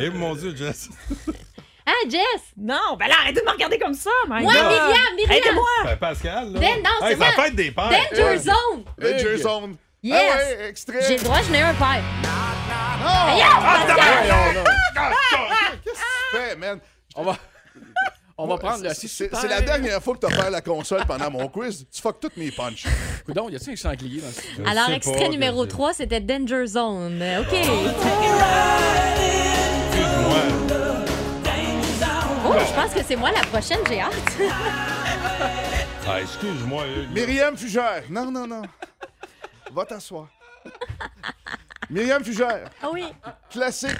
Speaker 3: Eh mon Dieu, Jess.
Speaker 7: Ah, Jess!
Speaker 8: Non, ben là, arrête de me regarder comme ça, man.
Speaker 7: Moi,
Speaker 8: Non.
Speaker 7: Myriam, Myriam.
Speaker 3: Ben,
Speaker 8: Aidez-moi!
Speaker 3: Pascal, là.
Speaker 7: Ben, non,
Speaker 3: Hey,
Speaker 7: c'est
Speaker 3: c'est la
Speaker 7: moi. Ben,
Speaker 3: fête des pères.
Speaker 7: Danger Zone.
Speaker 16: Danger Zone.
Speaker 7: Yes!
Speaker 16: Ah ouais, extrait.
Speaker 7: J'ai le droit, je n'ai un père.
Speaker 16: Hey,
Speaker 7: yo,
Speaker 16: Ah,
Speaker 7: Pascal!
Speaker 16: non, non, non. Qu'est-ce que tu fais, man? On va.
Speaker 17: on va prendre le-
Speaker 16: C'est
Speaker 17: c'est-
Speaker 16: c'est la dernière fois que t'as perdu la console pendant mon quiz. Tu fuck toutes mes punches.
Speaker 17: Coudon, y a-t-il un sanglier dans ce
Speaker 7: Alors, extrait numéro 3, c'était Danger Zone. Euh, OK. Oh, je pense que c'est moi la prochaine, j'ai hâte.
Speaker 3: Ah, excuse-moi, Hugues.
Speaker 16: Myriam Fugère. Non, non, non. Va t'asseoir. Myriam Fugère.
Speaker 7: Ah oui.
Speaker 16: Classique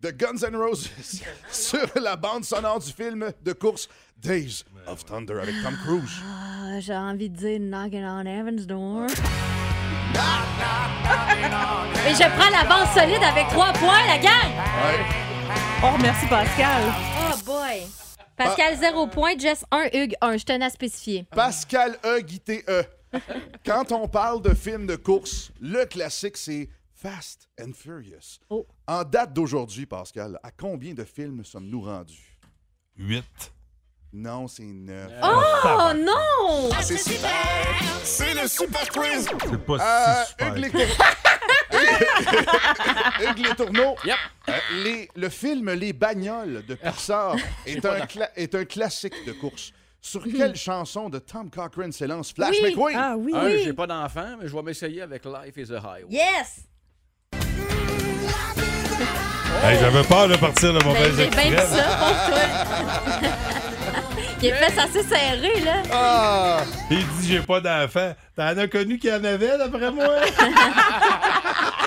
Speaker 16: de Guns N' Roses [LAUGHS] sur la bande sonore du film de course Days of Thunder avec Tom Cruise.
Speaker 7: Ah, j'ai envie de dire Knocking on Heaven's Door. Et je prends l'avance solide avec 3 points, la gang!
Speaker 8: Oh, merci, Pascal.
Speaker 7: Oh boy!
Speaker 16: Ah.
Speaker 7: Pascal, 0 point. Jess, 1. Hugues, 1. Je tenais à spécifier.
Speaker 16: Pascal E. Guité E. Quand on parle de films de course, le classique, c'est Fast and Furious. En date d'aujourd'hui, Pascal, à combien de films sommes-nous rendus?
Speaker 3: Huit.
Speaker 16: Non, c'est neuf.
Speaker 7: Oh non!
Speaker 16: C'est super! C'est le super quiz! C'est
Speaker 3: pas si
Speaker 16: Hugues Les Hugues Les Tourneaux. Euh, les- le film Les Bagnoles de Pixar est,
Speaker 13: pas
Speaker 16: un cla- est un classique de course. Sur quelle chanson de Tom Cochrane s'élance Flash McQueen?
Speaker 7: Ah
Speaker 17: Un, j'ai pas d'enfant, mais je vais m'essayer avec Life is a Highway.
Speaker 7: Yes!
Speaker 3: Hey, J'avais peur de partir de mauvaise
Speaker 7: Ben, j'ai bien vu
Speaker 3: extrême.
Speaker 7: ça pour toi. [LAUGHS] Il est fait assez serré, là.
Speaker 3: Il dit j'ai pas d'enfant. T'en as connu qui en avait, d'après
Speaker 7: [LAUGHS]
Speaker 3: moi?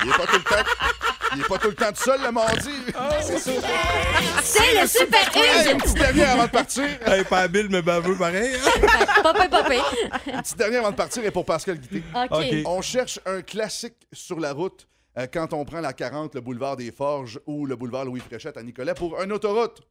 Speaker 16: Il est pas tout le temps. Il est pas tout le temps tout seul le mardi. C'est ça.
Speaker 7: C'est le Super Hugues.
Speaker 16: Hey, Une petite dernière avant de partir.
Speaker 3: hey, pas Bill, mais baveux pareil. hein?
Speaker 7: Popé, popé.
Speaker 16: Une petite dernière avant de partir est pour Pascal Guité.
Speaker 7: OK. [LAUGHS] OK.
Speaker 16: On cherche un classique sur la route euh, quand on prend la 40, le boulevard des Forges ou le boulevard Louis Fréchette à Nicolet pour une autoroute.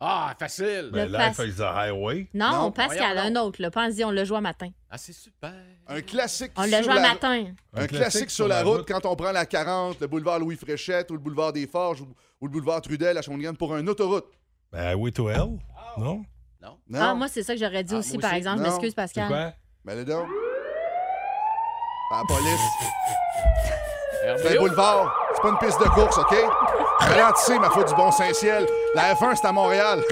Speaker 17: Ah, facile!
Speaker 7: Ben, Le Life pass- is
Speaker 3: a Highway.
Speaker 7: Non, Pascal, un autre, là. Pense-y, on le joue à matin.
Speaker 17: Ah, c'est super.
Speaker 16: Un classique
Speaker 7: On le
Speaker 16: sur
Speaker 7: joue à
Speaker 16: la-
Speaker 7: matin.
Speaker 16: Un, classique, sur la route, quand on prend la 40, le boulevard Louis Fréchette ou le boulevard des Forges ou, ou le boulevard Trudel à Shawinigan pour une autoroute.
Speaker 3: Ben, Highway to Hell? Non?
Speaker 16: Non.
Speaker 7: Ah, moi, c'est ça que j'aurais dit aussi, par exemple. Je
Speaker 16: Non.
Speaker 7: m'excuse, Pascal.
Speaker 16: Mais le don. La police. C'est un
Speaker 17: RBO.
Speaker 16: boulevard. C'est pas une piste de course, OK? Ralentissez, ma foi du bon Saint-Ciel. La F1, c'est à Montréal.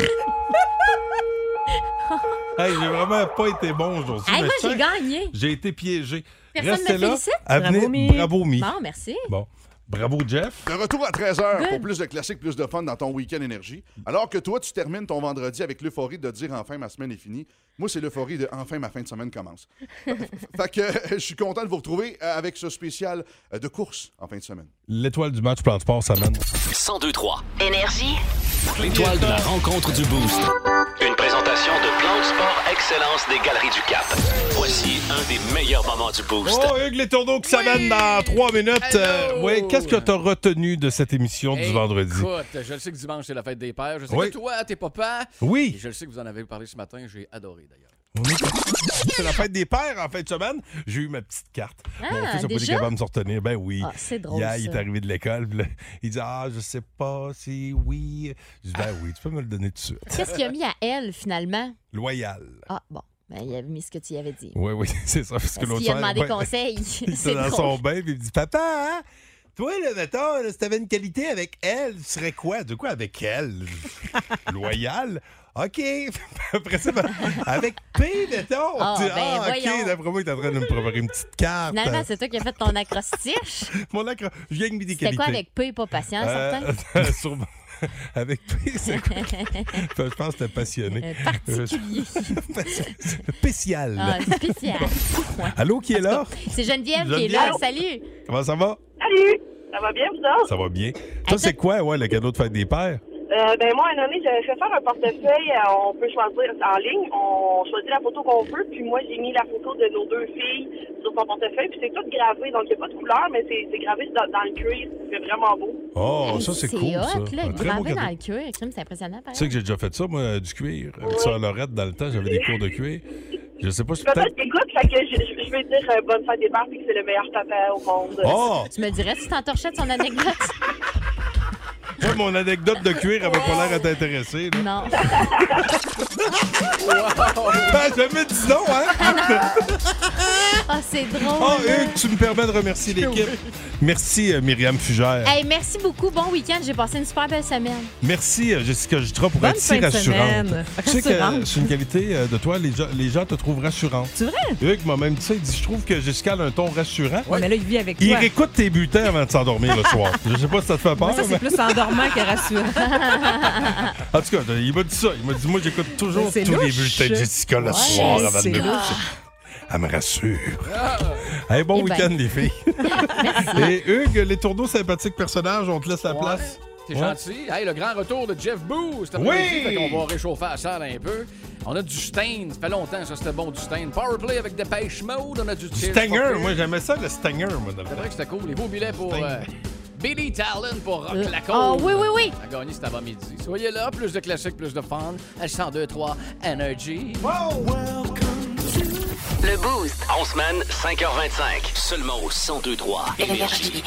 Speaker 3: Hey, j'ai vraiment pas été bon aujourd'hui.
Speaker 7: Hey,
Speaker 3: mais
Speaker 7: moi,
Speaker 3: je
Speaker 7: j'ai
Speaker 3: sais-
Speaker 7: gagné.
Speaker 3: J'ai été piégé.
Speaker 7: Personne
Speaker 3: Restez
Speaker 7: me
Speaker 3: là.
Speaker 7: félicite.
Speaker 3: à venir-
Speaker 7: Bravo, Mi.
Speaker 3: Bravo, Mi.
Speaker 7: Bon, merci.
Speaker 3: Bon. Bravo, Jeff.
Speaker 16: De retour à 13h pour
Speaker 7: Good.
Speaker 16: plus de classiques, plus de fun dans ton week-end énergie. Alors que toi, tu termines ton vendredi avec l'euphorie de dire enfin ma semaine est finie. Moi, c'est l'euphorie de enfin ma fin de semaine
Speaker 17: [LAUGHS]
Speaker 16: commence. fait que euh, je suis content de vous retrouver euh, avec ce spécial euh, de course en fin de semaine.
Speaker 3: L'étoile du match plan de sport, ça mène.
Speaker 2: 1023.
Speaker 13: Énergie.
Speaker 2: L'étoile de la rencontre du Boost. Une présentation de Plan de Sport Excellence des Galeries du Cap. Voici un des meilleurs moments du Boost.
Speaker 3: Oh, Hugues Les Tourneaux qui s'amène dans trois minutes. Euh, ouais, Qu'est-ce que t'as retenu de cette émission du vendredi?
Speaker 17: Écoute, je le sais que dimanche, c'est la fête des pères. Je sais
Speaker 3: Oui.
Speaker 17: que toi, t'es papa.
Speaker 3: Oui.
Speaker 17: Et je le sais que vous en avez parlé ce matin. J'ai adoré, d'ailleurs.
Speaker 3: C'est la fête des pères en fin de semaine. J'ai eu ma petite carte.
Speaker 7: Ah,
Speaker 3: Mon fils n'a pas été
Speaker 7: déjà?
Speaker 3: capable de me s'en retenir. Ben oui.
Speaker 7: Ah, c'est drôle,
Speaker 3: Hier, il est
Speaker 7: ça.
Speaker 3: arrivé de l'école. puis là, Il dit Ah, je sais pas si oui. Je dis Ben oui, tu peux me le donner tout de suite.
Speaker 7: Qu'est-ce qu'il a mis à elle, finalement?
Speaker 3: Loyal.
Speaker 7: Ah, bon. Ben, il avait mis ce que tu y avais dit.
Speaker 3: Oui, [LAUGHS] oui, c'est ça. Parce que
Speaker 7: Parce
Speaker 3: l'autre
Speaker 7: qu'il a
Speaker 3: soir,
Speaker 7: demandé
Speaker 3: ben,
Speaker 7: conseil. [LAUGHS]
Speaker 3: Il
Speaker 7: C'est
Speaker 3: était dans
Speaker 7: drôle.
Speaker 3: son bain, puis il me dit Papa, hein, toi, là, mettons, là, si t'avais une qualité avec elle, tu serais quoi De quoi avec elle [LAUGHS] Loyal OK. [LAUGHS] Après ça, ben, avec P, mettons.
Speaker 7: Ah,
Speaker 3: Tu dis,
Speaker 7: ben,
Speaker 3: ah,
Speaker 7: voyons.
Speaker 3: OK, d'après moi, il est en train de me préparer une petite carte.
Speaker 7: Finalement, c'est toi qui as fait ton acrostiche.
Speaker 3: [LAUGHS] Mon lac, je viens avec mes des
Speaker 7: C'était
Speaker 3: qualités.
Speaker 7: quoi avec hein, peu et pas patient,
Speaker 3: [LAUGHS] Euh, sûrement. Avec P, c'est
Speaker 7: [LAUGHS]
Speaker 3: quoi? Je pense que t'es passionné. Euh,
Speaker 7: Euh, particulier.
Speaker 3: Spécial.
Speaker 7: Ah,
Speaker 3: [LAUGHS]
Speaker 7: spécial.
Speaker 3: Allô, qui est là?
Speaker 7: C'est Geneviève, qui est là.
Speaker 3: Geneviève.
Speaker 7: Salut.
Speaker 3: Comment ça va?
Speaker 11: Salut! Ça va bien, vous autres?
Speaker 3: Ça va bien. Ça, c'est quoi, ouais, le cadeau de fête des pères?
Speaker 11: Euh, ben moi, à un moment donné, j'avais fait faire un portefeuille. euh, On peut choisir en ligne. On choisit la photo qu'on veut. Puis moi, j'ai mis la photo de nos deux filles sur son portefeuille. Puis c'est tout gravé. Donc, il n'y a pas de couleur, mais c'est c'est gravé dans, dans le cuir. C'est vraiment beau.
Speaker 3: Oh, ça, c'est cool.
Speaker 7: C'est
Speaker 3: ça.
Speaker 7: hot, là.
Speaker 3: Un très beau
Speaker 7: Gravé dans
Speaker 3: cadeau.
Speaker 7: le cuir, crime, c'est impressionnant,
Speaker 3: Tu
Speaker 7: pareil.
Speaker 3: sais que j'ai déjà fait ça, moi, euh, du cuir. Avec Sœur Lorette, dans le temps, j'avais des cours de cuir. Je sais pas si
Speaker 11: Peut-être
Speaker 3: peut-être.
Speaker 11: écoute, fait que je, je- je vais dire euh, bonne fête des pères puis que c'est le meilleur papa au monde.
Speaker 3: Oh!
Speaker 7: Tu me dirais si t'entorchais de son anecdote?
Speaker 3: [LAUGHS] Ouais, mon anecdote de cuir avait pas l'air à t'intéresser. là.
Speaker 7: non.
Speaker 3: Ben, jamais dis non, hein?
Speaker 7: Ah, c'est drôle.
Speaker 3: Oh,
Speaker 7: hein?
Speaker 3: Hugues, tu me permets de remercier l'équipe. Merci, euh, Myriam Fugère.
Speaker 7: Hey, merci beaucoup. Bon week-end. J'ai passé une super belle semaine.
Speaker 3: Merci, euh, Jessica Jutra, pour
Speaker 7: Bonne
Speaker 3: être si
Speaker 7: fin de
Speaker 3: rassurante.
Speaker 7: semaine.
Speaker 3: Tu sais que
Speaker 7: Rassurante.
Speaker 3: euh, c'est une qualité euh, de toi, les gens, les gens te trouvent rassurante.
Speaker 8: C'est vrai?
Speaker 3: Hugues m'a même dit ça, il dit Je trouve que Jessica a un ton rassurant.
Speaker 8: Ouais, mais là, il vit avec
Speaker 3: Il
Speaker 8: toi.
Speaker 3: réécoute tes butins avant de s'endormir le soir. Je sais pas si ça te fait peur.
Speaker 8: Mais ça, c'est
Speaker 3: mais-
Speaker 8: plus endormant que
Speaker 17: [LAUGHS]
Speaker 8: rassurant.
Speaker 3: En tout cas, il m'a dit ça. Il m'a dit Moi, j'écoute toujours tous
Speaker 8: C'est
Speaker 3: les
Speaker 8: louche.
Speaker 3: bulletins de Jessica le
Speaker 8: Ouais,
Speaker 3: soir avant de
Speaker 8: c'est
Speaker 3: me
Speaker 8: louche.
Speaker 3: coucher. Elle me rassure. Hey, bon
Speaker 8: Eh ben.
Speaker 3: week-end,
Speaker 8: [LAUGHS]
Speaker 3: les filles. Et Hugues, les tourneaux sympathiques personnages, on te laisse la place.
Speaker 17: T'es
Speaker 3: Ouais.
Speaker 17: gentil. Hey, le grand retour de Jeff Booz.
Speaker 3: Oui!
Speaker 17: On va réchauffer la salle un peu. On a du Stein. Ça fait longtemps que ça, c'était bon, du Stein. Powerplay avec Dépêche Mode. On a du Tears for
Speaker 3: Stinger,
Speaker 17: Fears.
Speaker 3: moi, j'aimais ça, le Stinger, moi, de
Speaker 17: C'est vrai que c'était cool. Les beaux billets pour euh, Billy Talon pour Rock
Speaker 7: Euh,
Speaker 17: la
Speaker 7: ah oui, oui, oui.
Speaker 17: A gagné cet avant-midi. Soyez là. Plus de classiques, plus de fun. À 102-3 Energy.
Speaker 2: Le Boost. En semaine, 5h25. Seulement au 102-3 Énergie.